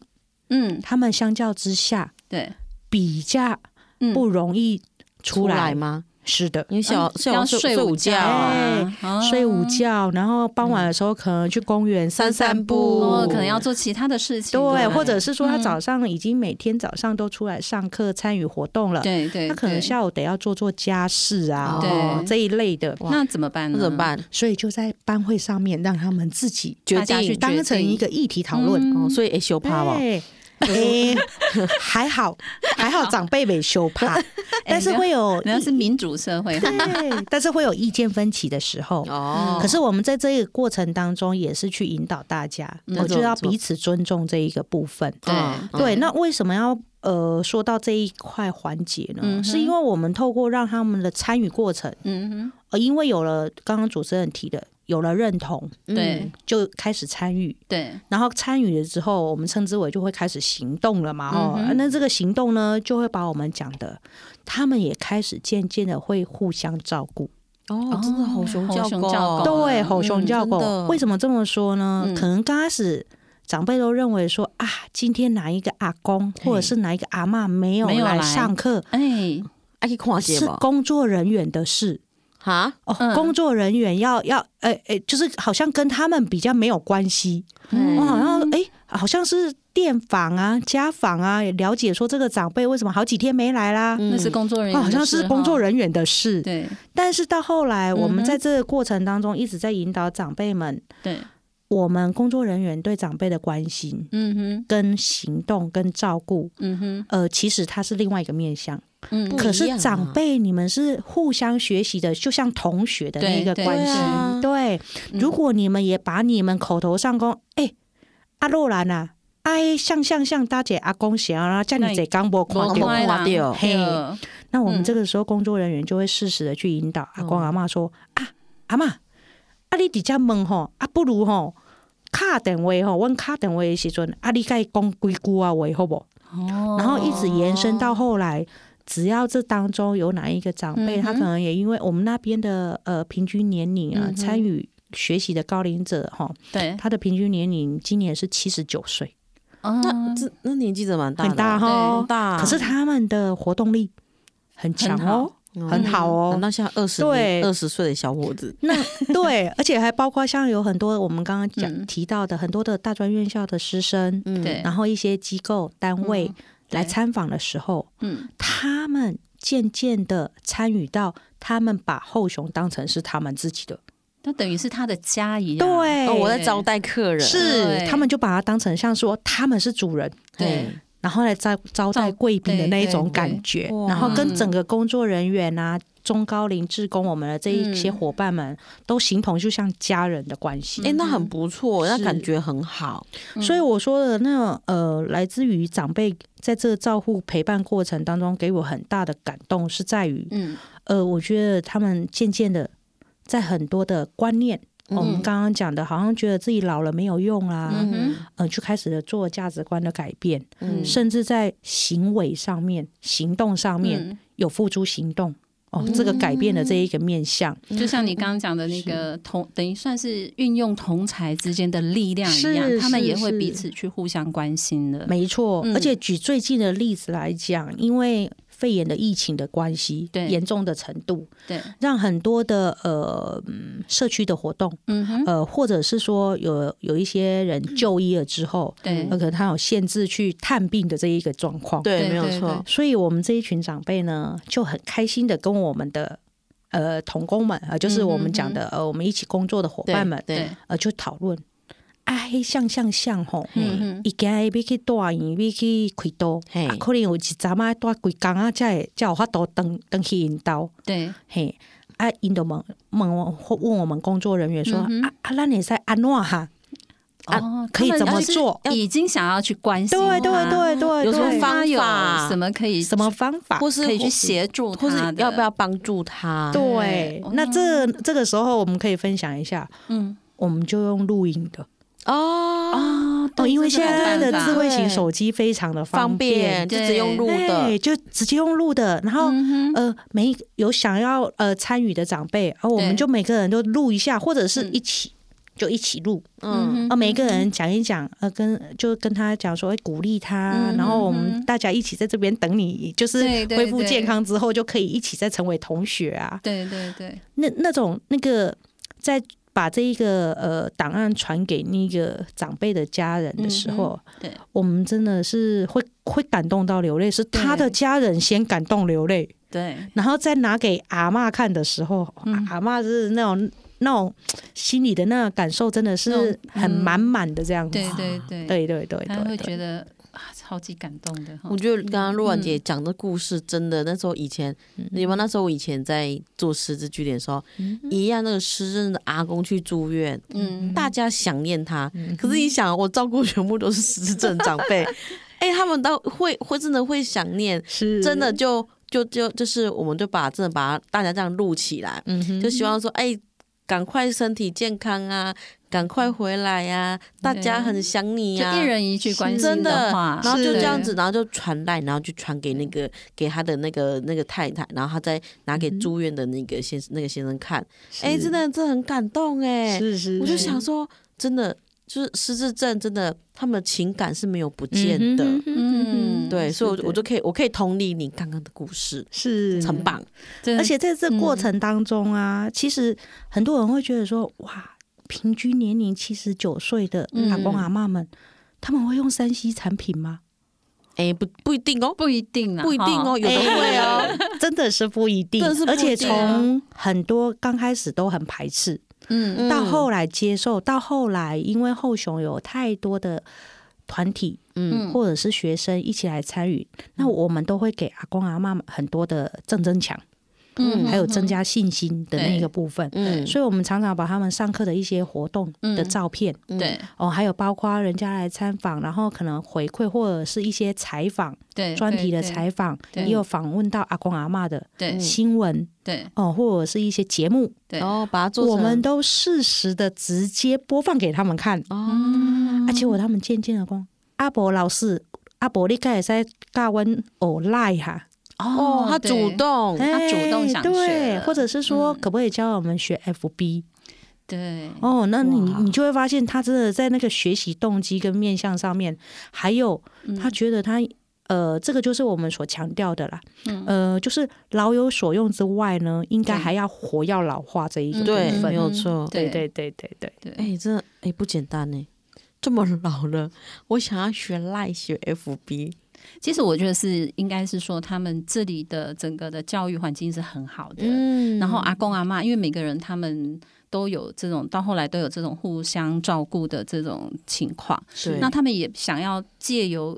Speaker 3: 嗯
Speaker 5: 他们相较之下
Speaker 3: 对
Speaker 5: 比较
Speaker 3: 嗯
Speaker 5: 不容易出
Speaker 4: 出
Speaker 5: 来。
Speaker 4: 来吗？
Speaker 5: 是的，
Speaker 4: 因为小
Speaker 3: 嗯
Speaker 4: 小
Speaker 3: 要
Speaker 4: 睡
Speaker 3: 睡
Speaker 4: 睡
Speaker 3: 午
Speaker 4: 午觉啊，
Speaker 3: 啊哦
Speaker 5: 哎睡午觉，然后傍晚的时候可能去公园散散步，
Speaker 3: 哦，可能要做其他的事情，
Speaker 5: 对，
Speaker 3: 不
Speaker 5: 或者是说他
Speaker 3: 嗯
Speaker 5: 早上已经每天早上都出来上课参与活动了，
Speaker 3: 对对，
Speaker 5: 他可能
Speaker 3: 对
Speaker 5: 下午得要做做家事啊，
Speaker 4: 对
Speaker 5: 哦这一类的，
Speaker 3: 那怎么办
Speaker 4: 那
Speaker 3: 呢？
Speaker 4: 怎么？办？
Speaker 5: 所以就在班会上面让他们自己
Speaker 4: 决
Speaker 3: 大家去
Speaker 4: 定
Speaker 3: 决
Speaker 5: 当成
Speaker 3: 定
Speaker 5: 一个议题讨论。
Speaker 4: 哦，所以哎，休趴吧，
Speaker 5: 对， 哎，还好，还好长辈没修怕， 但是会有
Speaker 3: 人家哎是民主社 会，
Speaker 5: 对，但是会有意见分歧的时候。
Speaker 4: 哦，
Speaker 5: 可是我们在这个过程当中，也是去引导大家，我就要
Speaker 4: 怎么
Speaker 5: 彼此尊重这一个部分。
Speaker 3: 对
Speaker 4: 嗯
Speaker 5: 哦对，那为什么要呃说到这一块环节呢？
Speaker 3: 嗯哼
Speaker 5: 是因为我们透过让他们的参与过程，
Speaker 3: 嗯
Speaker 5: 呃，因为有了刚刚主持人提的，有了认同，
Speaker 3: 哼，对
Speaker 5: 就开始参与，
Speaker 3: 对，
Speaker 5: 然后参与了之后，我们称之为就会开始行动了嘛，哦、
Speaker 3: 嗯哼
Speaker 5: 那这个行动呢，就会把我们讲的，他们也开始渐渐的会互相照顾。
Speaker 4: 哦，真的好熊
Speaker 3: 吼
Speaker 4: 叫
Speaker 3: 熊
Speaker 4: 狗，
Speaker 3: 叫狗
Speaker 5: 对，
Speaker 3: 嗯
Speaker 5: 吼熊叫
Speaker 4: 真
Speaker 5: 狗。
Speaker 4: 的
Speaker 5: 为什么这么说呢？
Speaker 3: 嗯
Speaker 5: 可能刚开始长辈都认为说啊，今天哪一个阿公或者是哪一个阿嬷没有
Speaker 3: 没有
Speaker 5: 来
Speaker 3: 来
Speaker 5: 上课，
Speaker 3: 哎，
Speaker 4: 爱啊去看节
Speaker 5: 是
Speaker 4: 吧？
Speaker 5: 工作人员的事
Speaker 4: 哈，
Speaker 5: 哦。
Speaker 3: 嗯
Speaker 5: 工作人员要要，哎、哎、就是好像跟他们比较没有关系。
Speaker 4: 嗯
Speaker 5: 我、
Speaker 4: 哦
Speaker 5: 好像哎、好像是店访啊、家访啊，了解说这个长辈为什么好几天没来啦。
Speaker 4: 嗯
Speaker 3: 那是工作人员
Speaker 5: 哦
Speaker 3: 的事，
Speaker 5: 好像是工作
Speaker 3: 人
Speaker 5: 人员的事，
Speaker 3: 对
Speaker 5: 但是到后来，我
Speaker 3: 嗯
Speaker 5: 们
Speaker 3: 哼
Speaker 5: 在这个过程当中一直在引导长辈们
Speaker 3: 对，
Speaker 5: 我们工作人员对长辈的关心、
Speaker 3: 嗯哼
Speaker 5: 跟行动、跟照顾，
Speaker 3: 嗯哼
Speaker 5: 呃，其实它是另外一个面向。
Speaker 3: 嗯，
Speaker 4: 不
Speaker 5: 可
Speaker 4: 一
Speaker 5: 是
Speaker 4: 样啊
Speaker 5: 长辈，你们是互相学习的，就像同学的那
Speaker 3: 对
Speaker 5: 个
Speaker 3: 对
Speaker 5: 关
Speaker 4: 对
Speaker 5: 系。
Speaker 4: 啊
Speaker 5: 对，
Speaker 3: 嗯
Speaker 5: 如果你们也把你们口头上讲，哎、阿洛兰啊，哎，像像像大姐阿公写啊，叫你这刚波
Speaker 3: 没
Speaker 5: 垮
Speaker 4: 看
Speaker 5: 掉
Speaker 3: 看啦
Speaker 4: 到。看到
Speaker 5: 嘿
Speaker 3: 对
Speaker 5: 那我们
Speaker 3: 嗯
Speaker 5: 这个时候工作人员就会适时的去引导阿公
Speaker 4: 嗯
Speaker 5: 阿妈说、啊，阿妈，啊你伫遮问吼，啊不如吼。卡电话吼，阮卡电话的时阵，啊，你该讲几句啊话好不好？
Speaker 3: 哦
Speaker 5: 然后一直延伸到后来，只要这当中有哪一个长辈，
Speaker 3: 嗯哼
Speaker 5: 他可能也因为我们那边的呃平均年龄啊
Speaker 4: 嗯，哼
Speaker 5: 参与学习的高龄者哈，
Speaker 3: 对，
Speaker 5: 他的平均年龄今年是七十九岁，
Speaker 4: 那
Speaker 3: 那
Speaker 4: 这那年纪真的蛮大的，啊
Speaker 5: 很大
Speaker 3: 对
Speaker 5: 哈
Speaker 4: 很。大。啊
Speaker 5: 可是他们的活动力很强哦，
Speaker 4: 嗯
Speaker 5: 很
Speaker 4: 难
Speaker 5: 好哦。
Speaker 4: 道像二十
Speaker 5: 对嗯
Speaker 4: 二十岁的小伙子？
Speaker 5: 那 对，而且还包括像有很多我们刚刚讲
Speaker 3: 嗯
Speaker 5: 提到的很多的大专院校的师生，
Speaker 4: 嗯
Speaker 3: 对
Speaker 5: 然后一些机构单位
Speaker 3: 嗯
Speaker 5: 来
Speaker 3: 对
Speaker 5: 参访的时候，
Speaker 3: 嗯
Speaker 5: 他们渐渐的参与到，他们把后熊当成是他们自己的，
Speaker 3: 那等于是他的家一样，
Speaker 5: 对
Speaker 4: 哦，我在招待客人，
Speaker 5: 是
Speaker 3: 对
Speaker 5: 他们就把它当成像说他们是主人，
Speaker 3: 对
Speaker 4: 嘿，
Speaker 5: 然后来招招待
Speaker 3: 照
Speaker 5: 贵宾的那一种
Speaker 3: 对对
Speaker 5: 感觉
Speaker 4: 对，哇
Speaker 5: 然后跟整个工作人员啊、中高龄职工我们的这一些
Speaker 3: 嗯
Speaker 5: 伙伴们都形同就像家人的关系。
Speaker 4: 哎，那很不错，那
Speaker 5: 是
Speaker 4: 感觉很好。
Speaker 3: 嗯
Speaker 5: 所以我说的那种呃，来自于长辈在这个照护陪伴过程当中给我很大的感动，是在于
Speaker 3: 嗯
Speaker 5: 呃，我觉得他们渐渐的在很多的观念，我们
Speaker 4: 嗯
Speaker 5: 刚刚讲的，好像觉得自己老了没有用啦，
Speaker 3: 嗯哼
Speaker 5: 呃，就开始了做价值观的改变，
Speaker 4: 嗯
Speaker 5: 甚至在行为上面、行动上面、
Speaker 3: 嗯
Speaker 5: 有付诸行动。哦，这个改变的这一个面向，
Speaker 3: 就像你刚刚讲的那个同，等于算是运用同才之间的力量一样
Speaker 5: 是，
Speaker 3: 他们也
Speaker 5: 是
Speaker 3: 会
Speaker 5: 是
Speaker 3: 彼此去互相关心的。
Speaker 5: 没错。
Speaker 3: 嗯
Speaker 5: 而且举最近的例子来讲，因为肺炎的疫情的关系，
Speaker 3: 对
Speaker 5: 严重的程度，
Speaker 3: 对，
Speaker 5: 让很多的呃嗯社区的活动，
Speaker 3: 嗯哼，
Speaker 5: 呃，或者是说有有一些人就医了之后，
Speaker 3: 对
Speaker 5: 呃那可能他有限制去探病的这一个状况。，
Speaker 4: 对，
Speaker 3: 对
Speaker 4: 没有
Speaker 3: 对
Speaker 4: 错。
Speaker 5: 所以我们这一群长辈呢，就很开心的跟我们的呃同工们，呃，就是我们讲的呃，我们一起工作的伙
Speaker 4: 对
Speaker 5: 伴们，
Speaker 4: 对，
Speaker 5: 呃，就讨论，哎，像像像吼。
Speaker 3: 嗯哼，
Speaker 5: 伊今日要去大医院，要去开刀，
Speaker 4: 嘿
Speaker 5: 啊，可能有一阵仔带几工啊，才会才有法度登登去因兜。
Speaker 3: 对，
Speaker 5: 嘿，啊，因都问问我或问我们工作人员说、
Speaker 3: 嗯哼
Speaker 5: 啊啊，咱会使安怎哈？啊
Speaker 3: 哦，
Speaker 5: 可以
Speaker 3: 他们
Speaker 5: 怎么
Speaker 3: 是
Speaker 5: 做
Speaker 3: 已经想要去关心
Speaker 5: 对对
Speaker 3: 他，
Speaker 5: 对对，
Speaker 4: 有什么
Speaker 5: 对
Speaker 4: 方
Speaker 3: 他有
Speaker 4: 法
Speaker 3: 什么可以
Speaker 5: 什么方法？
Speaker 4: 或是
Speaker 3: 可以去协助
Speaker 4: 或是
Speaker 3: 他的，
Speaker 4: 要不要帮助他？
Speaker 5: 对
Speaker 3: 哦，
Speaker 5: 那这这个时候我们可以分享一下，
Speaker 3: 嗯
Speaker 5: 我们就用录影的
Speaker 4: 哦，
Speaker 3: 啊
Speaker 5: 哦，因为
Speaker 3: 这
Speaker 5: 现
Speaker 3: 个很
Speaker 5: 在的
Speaker 3: 办法
Speaker 5: 智慧型
Speaker 4: 对
Speaker 5: 手机非常的
Speaker 4: 方便
Speaker 5: 便，
Speaker 4: 就只用录
Speaker 5: 对，
Speaker 4: 的，
Speaker 5: 就直接用录的，然后。
Speaker 3: 嗯哼
Speaker 5: 呃，每一个有想要呃参与的长辈，而、我们
Speaker 3: 对
Speaker 5: 就每个人都录一下，或者是
Speaker 3: 嗯
Speaker 5: 一起、就一起录，
Speaker 3: 嗯
Speaker 4: 嗯
Speaker 3: 哼
Speaker 5: 啊，每个人讲一讲，呃，跟就跟他讲说，哎鼓励他，
Speaker 3: 嗯
Speaker 5: 然后我们
Speaker 3: 嗯
Speaker 5: 大家一起在这边等你，就是
Speaker 3: 对对
Speaker 5: 恢复
Speaker 3: 对
Speaker 5: 健康之后，就可以一起再成为同学啊。
Speaker 3: 对对对，
Speaker 5: 那那种那个在把这一个呃档案传给那个长辈的家人的时候，
Speaker 3: 对
Speaker 5: 我们真的是会会感动到流泪，是他的
Speaker 3: 对
Speaker 5: 家人先感动流泪，
Speaker 3: 对，
Speaker 5: 然后再拿给阿嬷看的时候，
Speaker 3: 嗯
Speaker 5: 阿嬷是那种那种心里的那个感受，真的是
Speaker 3: 那种
Speaker 5: 很
Speaker 3: 嗯
Speaker 5: 满满的这样子。
Speaker 3: 对对对
Speaker 5: 对对对
Speaker 3: 他会
Speaker 5: 对
Speaker 3: 觉
Speaker 5: 对，
Speaker 3: 得啊，超级感动的哈
Speaker 4: 我。觉得刚刚陆婉
Speaker 3: 嗯
Speaker 4: 姐讲的故事，真的那时候以前，你们那时候我以前在做失智据点的时候，一样那个失智的阿公去住院，
Speaker 3: 嗯，
Speaker 4: 大家想念他，可是你想，啊我照顾全部都是失智症长 辈，哎，他们到会会真的会想念，
Speaker 5: 是
Speaker 4: 真的就就就就是，我们就把真的把大家这样录起来，
Speaker 5: 嗯哼，
Speaker 4: 就希望说，哎，赶快身体健康啊，赶快回来呀、大家很想你
Speaker 3: 就
Speaker 4: 呀、
Speaker 3: 一人一句关
Speaker 4: 真
Speaker 3: 心
Speaker 4: 的
Speaker 3: 话，
Speaker 4: 然后就
Speaker 3: 对
Speaker 4: 这样子，，然后就传来，然后就传给那个给他的那个那个太太，然后他再拿
Speaker 3: 嗯
Speaker 4: 给住院的那个先、那个先生看，哎、真的这很感动哎、
Speaker 5: 是是，
Speaker 4: 我就想说，真的就是失智症，真的他们的情感是没有不见的，
Speaker 5: 嗯哼哼哼
Speaker 3: 嗯
Speaker 5: 哼
Speaker 4: 对，所以我就我
Speaker 5: 是的
Speaker 4: 就可以我可以同理你刚刚的故事，
Speaker 5: 是
Speaker 4: 很棒，
Speaker 3: 真的
Speaker 5: 而且在这过程
Speaker 4: 嗯
Speaker 5: 当中啊，其实很多人会觉得说，哇，平均年龄七十九岁的阿公
Speaker 4: 嗯
Speaker 5: 阿嬷们，他们会用山西产 品吗？
Speaker 4: 哎、不不一定哦，
Speaker 3: 不一定啦，
Speaker 4: 不一定哦，有的会哦。
Speaker 5: 真的是不一定，
Speaker 4: 真的是不
Speaker 5: 而且
Speaker 4: 一定啊
Speaker 5: 从很多刚开始都很排斥，
Speaker 3: 哈，嗯
Speaker 5: 到后来接受，到后来因为后雄有太多的团体
Speaker 4: 嗯，
Speaker 3: 嗯，
Speaker 5: 或者是学生一起来参与，那我们都会给阿公阿妈很多的正增强。
Speaker 3: 嗯
Speaker 5: 还有增加信心的那个部分。
Speaker 4: 嗯
Speaker 5: 所以我们常常把他们上课的一些活动
Speaker 3: 嗯
Speaker 5: 的照片，
Speaker 3: 对
Speaker 5: 哦，还有包括人家来参访，然后可能回馈或者是一些采访、
Speaker 3: 对
Speaker 5: 专题的
Speaker 3: 对
Speaker 5: 采访，
Speaker 3: 对嗯
Speaker 5: 也有访问到阿公阿嬷的
Speaker 3: 对
Speaker 5: 新闻
Speaker 3: 对
Speaker 5: 哦，或者是一些节目，
Speaker 3: 对
Speaker 4: 然后哦把它做成
Speaker 5: 我们都适时的直接播放给他们看。
Speaker 4: 哦，
Speaker 5: 啊，结果他们渐渐的讲，阿伯老师，阿伯你该会使教阮学赖哈，
Speaker 4: 哦，他主
Speaker 3: 对
Speaker 4: 动，
Speaker 3: 他主动
Speaker 5: 哎
Speaker 3: 想学
Speaker 5: 对，
Speaker 3: 了
Speaker 5: 或者是说，
Speaker 3: 嗯
Speaker 5: 可不可以教我们学 FB？
Speaker 3: 对
Speaker 5: 哦，那你
Speaker 4: 哇
Speaker 5: 你就会发现，他真的在那个学习动机跟面向上面，还有
Speaker 3: 嗯
Speaker 5: 他觉得他。呃，这个就是我们所强调的啦。呃，就是老有所用之外呢，应该
Speaker 3: 嗯对嗯
Speaker 5: 还要活要老化这一个部
Speaker 4: 对，
Speaker 5: 分。
Speaker 4: 没有错。
Speaker 5: 对
Speaker 3: 对
Speaker 5: 对对对
Speaker 3: 对
Speaker 5: 对，
Speaker 4: 哎，真的哎不简单呢，这么老了，我想要学赖学 FB，
Speaker 3: 其实我觉得是应该是说他们这里的整个的教育环境是很好的，
Speaker 4: 嗯
Speaker 3: 然后啊阿公阿妈，因为每个人他们都有这种到后来都有这种互相照顾的这种情况，
Speaker 4: 对，
Speaker 3: 那他们也想要借由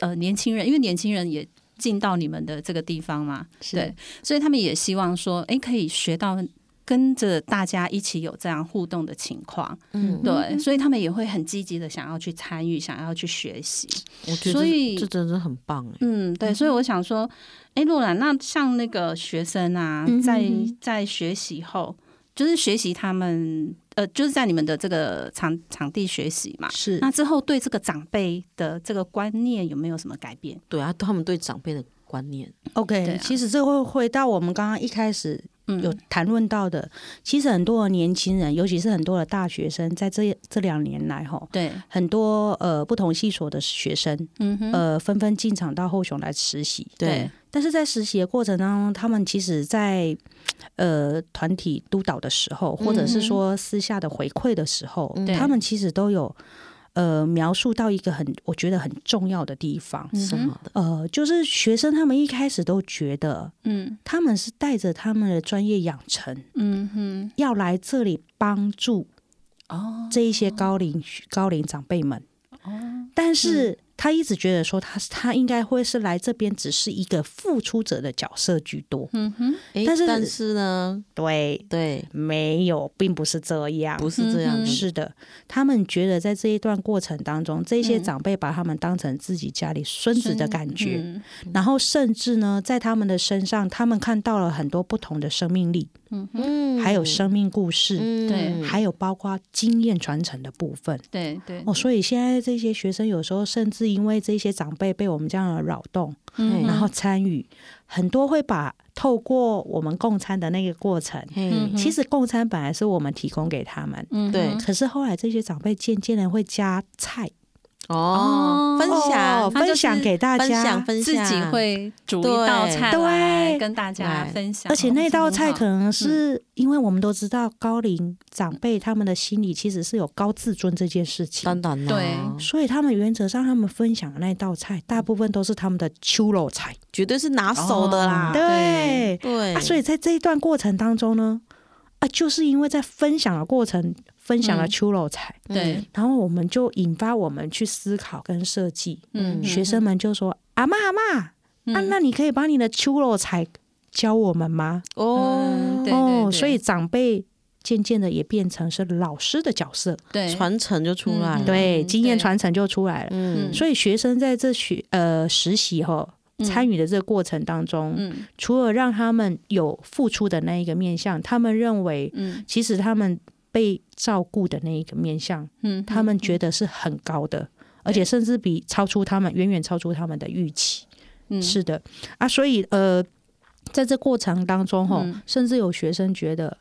Speaker 3: 呃年轻人，因为年轻人也。进到你们的这个地方嘛，对，所以他们也希望说，哎，可以学到跟着大家一起有这样互动的情况，
Speaker 4: 嗯，
Speaker 3: 对，所以他们也会很积极的想要去参与，想要去学习。
Speaker 4: 我觉得
Speaker 3: 所
Speaker 4: 这
Speaker 3: 以
Speaker 4: 这真的很棒哎，
Speaker 3: 嗯，对，所以我想说，哎，洛兰，那像那个学生啊，
Speaker 5: 嗯
Speaker 3: 在在学习后，就是学习他们呃，就是在你们的这个场场地学习嘛，
Speaker 5: 是
Speaker 3: 那之后对这个长辈的这个观念有没有什么改变？
Speaker 4: 对啊，他们对长辈的观念，
Speaker 3: 对啊
Speaker 5: OK，其实这会回到我们刚刚一开始
Speaker 3: 嗯，
Speaker 5: 有谈论到的，其实很多的年轻人，尤其是很多的大学生，在这这两年来哈，
Speaker 3: 对，
Speaker 5: 很多呃不同系所的学生，
Speaker 3: 嗯哼，
Speaker 5: 呃纷纷进场到后雄来实习。
Speaker 3: 对，
Speaker 5: 但是在实习的过程当中，他们其实在呃团体督导的时候，或者是说私下的回馈的时候，
Speaker 3: 嗯对
Speaker 5: 他们其实都有呃描述到一个很我觉得很重要的地方，
Speaker 3: 嗯
Speaker 4: 什么的，
Speaker 5: 呃，就是学生他们一开始都觉得
Speaker 3: 嗯
Speaker 5: 他们是带着他们的专业养成，
Speaker 3: 嗯哼，
Speaker 5: 要来这里帮助
Speaker 3: 哦，
Speaker 5: 这一些高龄高龄长辈们。但
Speaker 3: 嗯
Speaker 5: 是他一直觉得说他他应该会是来这边只是一个付出者的角色居多。
Speaker 3: 嗯哼，
Speaker 4: 哎，
Speaker 5: 但是
Speaker 4: 但是呢，
Speaker 5: 对，
Speaker 4: 对，
Speaker 5: 没有，并不是这样。
Speaker 4: 不是这样
Speaker 3: 嗯
Speaker 4: 的，
Speaker 5: 是的，他们觉得在这一段过程当中，这些
Speaker 3: 嗯
Speaker 5: 长辈把他们当成自己家里孙子的感觉，
Speaker 3: 嗯
Speaker 5: 然后甚至呢，在他们的身上，他们看到了很多不同的生命力，
Speaker 4: 嗯
Speaker 5: 还有生命故事，
Speaker 4: 嗯
Speaker 3: 对
Speaker 5: 还有包括经验传承的部分。
Speaker 3: 对对，
Speaker 5: 哦，所以现在这些学生有时候甚至因为这些长辈被我们这样的扰动，
Speaker 3: 嗯
Speaker 5: 然后参与，很多会把透过我们共餐的那个过程，
Speaker 4: 嘿，
Speaker 5: 其实共餐本来是我们提供给他们，
Speaker 3: 嗯嗯哼
Speaker 4: 对
Speaker 5: 可是后来这些长辈渐渐的会加菜，
Speaker 4: 哦，分
Speaker 5: 哦
Speaker 4: 享，
Speaker 3: 他就是
Speaker 5: 分享给大
Speaker 4: 分
Speaker 5: 家
Speaker 4: 享，，分
Speaker 3: 自
Speaker 4: 享，
Speaker 3: 己会煮一道
Speaker 4: 对
Speaker 3: 菜来
Speaker 5: 对
Speaker 3: 跟大家
Speaker 4: 来
Speaker 3: 分享，哦
Speaker 5: 而且那道菜可
Speaker 3: 能
Speaker 5: 能是因为我们都知道高龄长辈他们的心里其实是有高自尊这件事情
Speaker 4: 当。然啦，
Speaker 3: 对
Speaker 5: 所以他们原则上，他们分享的那道菜，大部分都是他们的秋肉菜。
Speaker 4: 绝对是拿手的
Speaker 3: 哦啊
Speaker 4: 啦，
Speaker 5: 对，
Speaker 4: 对
Speaker 5: 啊，所以在这一段过程当中呢，啊，就是因为在分享的过程，分享了
Speaker 3: 嗯
Speaker 5: 秋肉菜，
Speaker 3: 对，
Speaker 5: 然后我们就引发我们去思考跟设计。
Speaker 3: 嗯，
Speaker 5: 学生们就说：“阿妈阿妈，啊，
Speaker 3: 嗯
Speaker 5: 那你可以把你的秋肉菜教我们吗
Speaker 4: 哦
Speaker 3: 嗯，对？”对
Speaker 5: 哦，
Speaker 3: 对
Speaker 5: 所以长辈渐渐的也变成是老师的角色，
Speaker 3: 对
Speaker 4: 传承就出来
Speaker 3: 嗯
Speaker 4: 了，
Speaker 5: 对，
Speaker 3: 嗯
Speaker 5: 经验
Speaker 3: 对
Speaker 5: 传承就出来了。
Speaker 4: 嗯
Speaker 3: 嗯
Speaker 5: 所以学生在这学呃实习后参与的这个过程当中，
Speaker 3: 嗯
Speaker 5: 除了让他们有付出的那一个面向，他们认为
Speaker 3: 嗯
Speaker 5: 其实他们被照顾的那一个面向，
Speaker 3: 嗯，
Speaker 5: 他们觉得是很高的，而且甚至比超出他们远远超出他们的预期。
Speaker 3: 嗯
Speaker 5: 是的啊，所以呃，在这过程当中，吼，
Speaker 3: 嗯
Speaker 5: 甚至有学生觉得。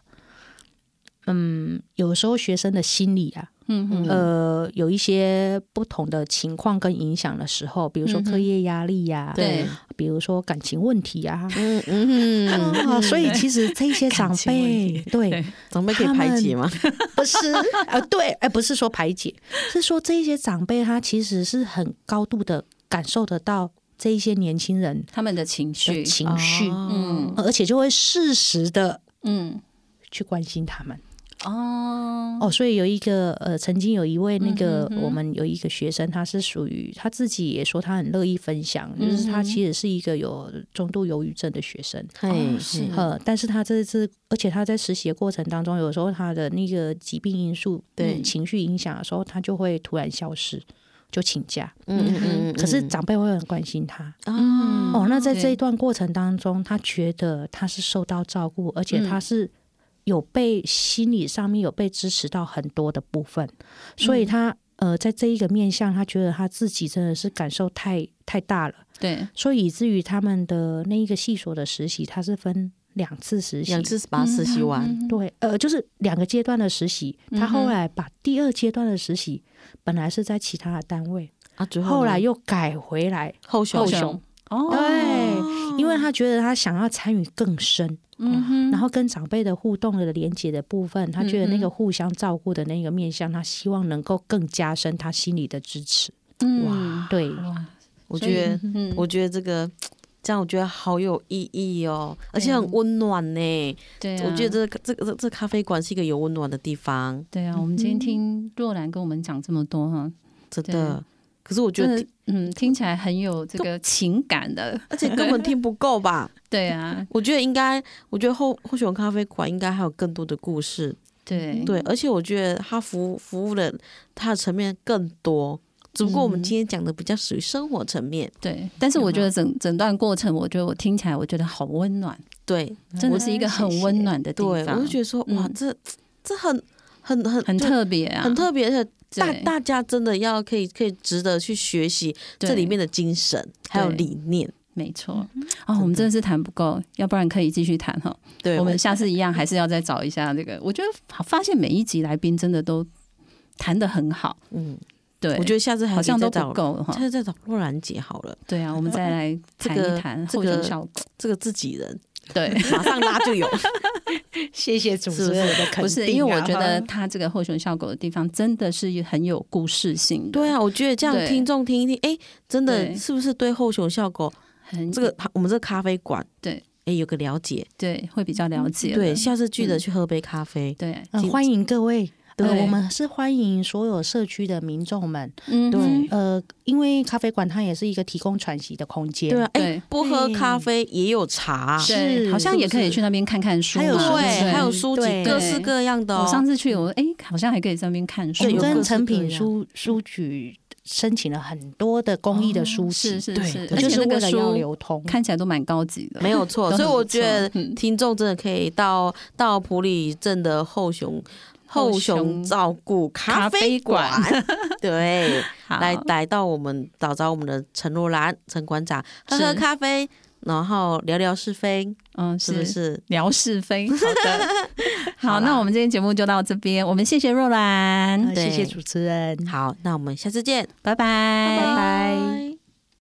Speaker 5: 嗯，有时候学生的心理啊，
Speaker 3: 嗯嗯
Speaker 5: 呃，有一些不同的情况跟影响的时候，比如说
Speaker 3: 嗯哼
Speaker 5: 课业压力呀、
Speaker 3: 对
Speaker 5: 比如说感情问题呀、
Speaker 4: 嗯嗯嗯，
Speaker 5: 啊，所以其实这些长
Speaker 3: 情问
Speaker 5: 辈
Speaker 3: 题
Speaker 5: 对
Speaker 4: 长辈可以排解吗？
Speaker 5: 不是呃，对，哎、不是说排解，是说这一些长辈他其实是很高度的感受得到这一些年轻人
Speaker 3: 他们的情
Speaker 5: 的
Speaker 3: 绪，
Speaker 5: 情绪，
Speaker 4: 哦
Speaker 3: 嗯
Speaker 5: 而且就会适时的
Speaker 3: 嗯
Speaker 5: 去关心他们。
Speaker 3: 哦
Speaker 5: 哦，所以有一个呃，曾经有一位那个、
Speaker 3: 嗯哼哼
Speaker 5: 我们有一个学生，他是属于他自己也说他很乐意分享，就是他
Speaker 3: 嗯哼
Speaker 5: 其实是一个有中度忧郁症的学生。
Speaker 4: 嘿，
Speaker 3: 是
Speaker 4: 嘿
Speaker 5: 呃，但是他这次，而且他在实习的过程当中，有时候他的那个疾病因素对
Speaker 3: 嗯
Speaker 5: 情绪影响的时候，他就会突然消失，就请假。
Speaker 4: 嗯嗯嗯嗯，
Speaker 5: 可是
Speaker 4: 嗯
Speaker 5: 长辈会很关心他。
Speaker 3: 嗯
Speaker 5: 哦，那在
Speaker 3: 对
Speaker 5: 这一段过程当中，他觉得他是受到照顾，而且
Speaker 3: 嗯
Speaker 5: 他是有被心理上面有被支持到很多的部分，所以他呃，在这一个面向，他觉得他自己真的是感受太太大了，
Speaker 3: 对，
Speaker 5: 所以以至于他们的那一个系所的实习，他是分两次实习，
Speaker 4: 两次把它实习完，
Speaker 3: 嗯，
Speaker 5: 对，呃，就是两个阶段的实习。他
Speaker 3: 嗯
Speaker 5: 后
Speaker 3: 哼
Speaker 5: 来把第二阶段的实习本来是在其他的单位，
Speaker 4: 啊，最
Speaker 5: 后来
Speaker 4: 呢
Speaker 5: 又改回来，
Speaker 4: 后
Speaker 3: 后
Speaker 4: 熊
Speaker 3: 雄哦，
Speaker 5: 对，因为他觉得他想要参与更深，
Speaker 3: 嗯哼，
Speaker 5: 然后跟长辈的互动的连接的部分，他觉得那
Speaker 3: 嗯
Speaker 5: 个
Speaker 3: 哼
Speaker 5: 互相照顾的那个面向，他希望能够更加深他心里的支持。
Speaker 3: 嗯
Speaker 5: 对，
Speaker 3: 哇，
Speaker 4: 我
Speaker 3: 所以
Speaker 4: 觉得
Speaker 3: 嗯
Speaker 4: 我觉得这个这样，我觉得好有意义哦，而且很温暖呢。
Speaker 3: 对啊，
Speaker 4: 我觉得这个这个这这咖啡馆是一个有温暖的地方，
Speaker 3: 对啊，我们今天听若兰跟我们讲这么多哈，
Speaker 4: 真
Speaker 3: 对
Speaker 4: 的。可是我觉
Speaker 3: 真
Speaker 4: 得
Speaker 3: 的，嗯，听起来很有这个情感的，
Speaker 4: 而且根本听不够 吧？
Speaker 3: 对啊，
Speaker 4: 我觉得应该，我觉得后后熊咖啡馆应该还有更多的故事，
Speaker 3: 对
Speaker 4: 对，而且我觉得它服务服务的它的层面更多，只不过我们
Speaker 3: 嗯
Speaker 4: 今天讲的比较属于生活层面，
Speaker 3: 对，但是我觉得整整段过程，我觉得我听起来我觉得好温暖，
Speaker 4: 对
Speaker 3: 真的是一个很温暖的地
Speaker 4: 对，我
Speaker 3: 方
Speaker 4: 就，觉得说，哇，
Speaker 3: 嗯
Speaker 4: 这这很很很
Speaker 3: 很
Speaker 4: 就
Speaker 3: 特别啊，
Speaker 4: 很特别，而且大
Speaker 3: 对
Speaker 4: 大家真的要可以可以值得去学习这里
Speaker 3: 对
Speaker 4: 面的嗯精神还有
Speaker 3: 对
Speaker 4: 理念。
Speaker 3: 没错，哦，我们真的是谈不够，要不然可以继续谈哈。
Speaker 4: 对
Speaker 3: 我们下次一样还是要再找一下这个。我觉得发现每一集来宾真的都谈的很好，
Speaker 4: 嗯，
Speaker 3: 对，
Speaker 4: 我觉得下次
Speaker 3: 好
Speaker 4: 还是
Speaker 3: 像都
Speaker 4: 再
Speaker 3: 不
Speaker 4: 找，
Speaker 3: 够
Speaker 4: 下
Speaker 3: 哈。
Speaker 4: 次再找洛兰姐好了，
Speaker 3: 对啊，我们再来
Speaker 4: 这
Speaker 3: 谈
Speaker 4: 个
Speaker 3: 一谈
Speaker 4: 这
Speaker 3: 后成
Speaker 4: 个
Speaker 3: 效果。
Speaker 4: 这个自己人
Speaker 3: 对，
Speaker 4: 马上拉就有。
Speaker 5: 谢谢主
Speaker 4: 持
Speaker 5: 人的肯
Speaker 3: 不是因
Speaker 4: 啊
Speaker 3: 为我觉得它这个后选效果的地方真的是很有故事性的，
Speaker 4: 对啊，我觉得 这
Speaker 3: 对
Speaker 4: 样听众听一听，哎，真的
Speaker 3: 对
Speaker 4: 是不是对后熊效果
Speaker 3: 很
Speaker 4: 这个我们这个咖啡馆
Speaker 3: 对。
Speaker 4: 哎，有个了解，
Speaker 3: 对会比较了解了。
Speaker 4: 对，嗯下次记
Speaker 3: 嗯
Speaker 4: 得去喝杯咖啡。
Speaker 3: 对，
Speaker 5: 呃
Speaker 4: 请
Speaker 5: 欢迎各位。呃，
Speaker 3: 对
Speaker 5: 我们是欢迎所有社区的民众们。
Speaker 3: 嗯哼，
Speaker 5: 呃，因为咖啡馆它也是一个提供喘息的空间。
Speaker 4: 对啊，
Speaker 3: 对
Speaker 4: 哎，不喝咖啡也有茶，
Speaker 3: 对，
Speaker 5: 是
Speaker 3: 好像也可以
Speaker 4: 是不是
Speaker 3: 去那边看看书嘛，
Speaker 5: 还有
Speaker 4: 对，
Speaker 5: 书
Speaker 3: 对
Speaker 4: 还有书籍，
Speaker 5: 对
Speaker 4: 各式各样的哦。
Speaker 3: 我上次去，我哎，好像还可以在那边看
Speaker 5: 我
Speaker 3: 书
Speaker 4: 对
Speaker 5: 们
Speaker 4: 有，各
Speaker 5: 跟
Speaker 4: 式
Speaker 5: 成
Speaker 4: 各
Speaker 5: 品
Speaker 4: 样
Speaker 5: 书书局申请了很多的公益的书籍，
Speaker 3: 哦是是
Speaker 4: 对
Speaker 3: 是，
Speaker 4: 对
Speaker 3: 而
Speaker 5: 就
Speaker 3: 且
Speaker 5: 是
Speaker 3: 那个
Speaker 5: 为了要
Speaker 3: 书
Speaker 5: 流通。
Speaker 3: 看起来都蛮高级的，
Speaker 4: 没有错，
Speaker 3: 都
Speaker 4: 所以
Speaker 3: 很
Speaker 4: 我
Speaker 3: 不
Speaker 4: 觉
Speaker 3: 错
Speaker 4: 得
Speaker 3: 嗯
Speaker 4: 听众真的可以到到普里镇的后熊
Speaker 3: 后
Speaker 4: 后
Speaker 3: 熊
Speaker 4: 熊照顾咖
Speaker 3: 咖啡
Speaker 4: 啡馆， 对，
Speaker 3: 好
Speaker 4: 来来到我们找找我们的陈若兰陈馆长喝喝
Speaker 3: 是
Speaker 4: 咖啡，然后聊聊是非，
Speaker 3: 嗯，
Speaker 4: 是不是？
Speaker 3: 聊是非？好的， 好，
Speaker 4: 好啦嗯
Speaker 3: 那我们今天节目就到这边，我们谢谢若兰，
Speaker 5: 呃谢谢
Speaker 4: 对
Speaker 5: 主持人，
Speaker 4: 好，那我们下次见，
Speaker 3: 拜拜，拜
Speaker 4: 拜。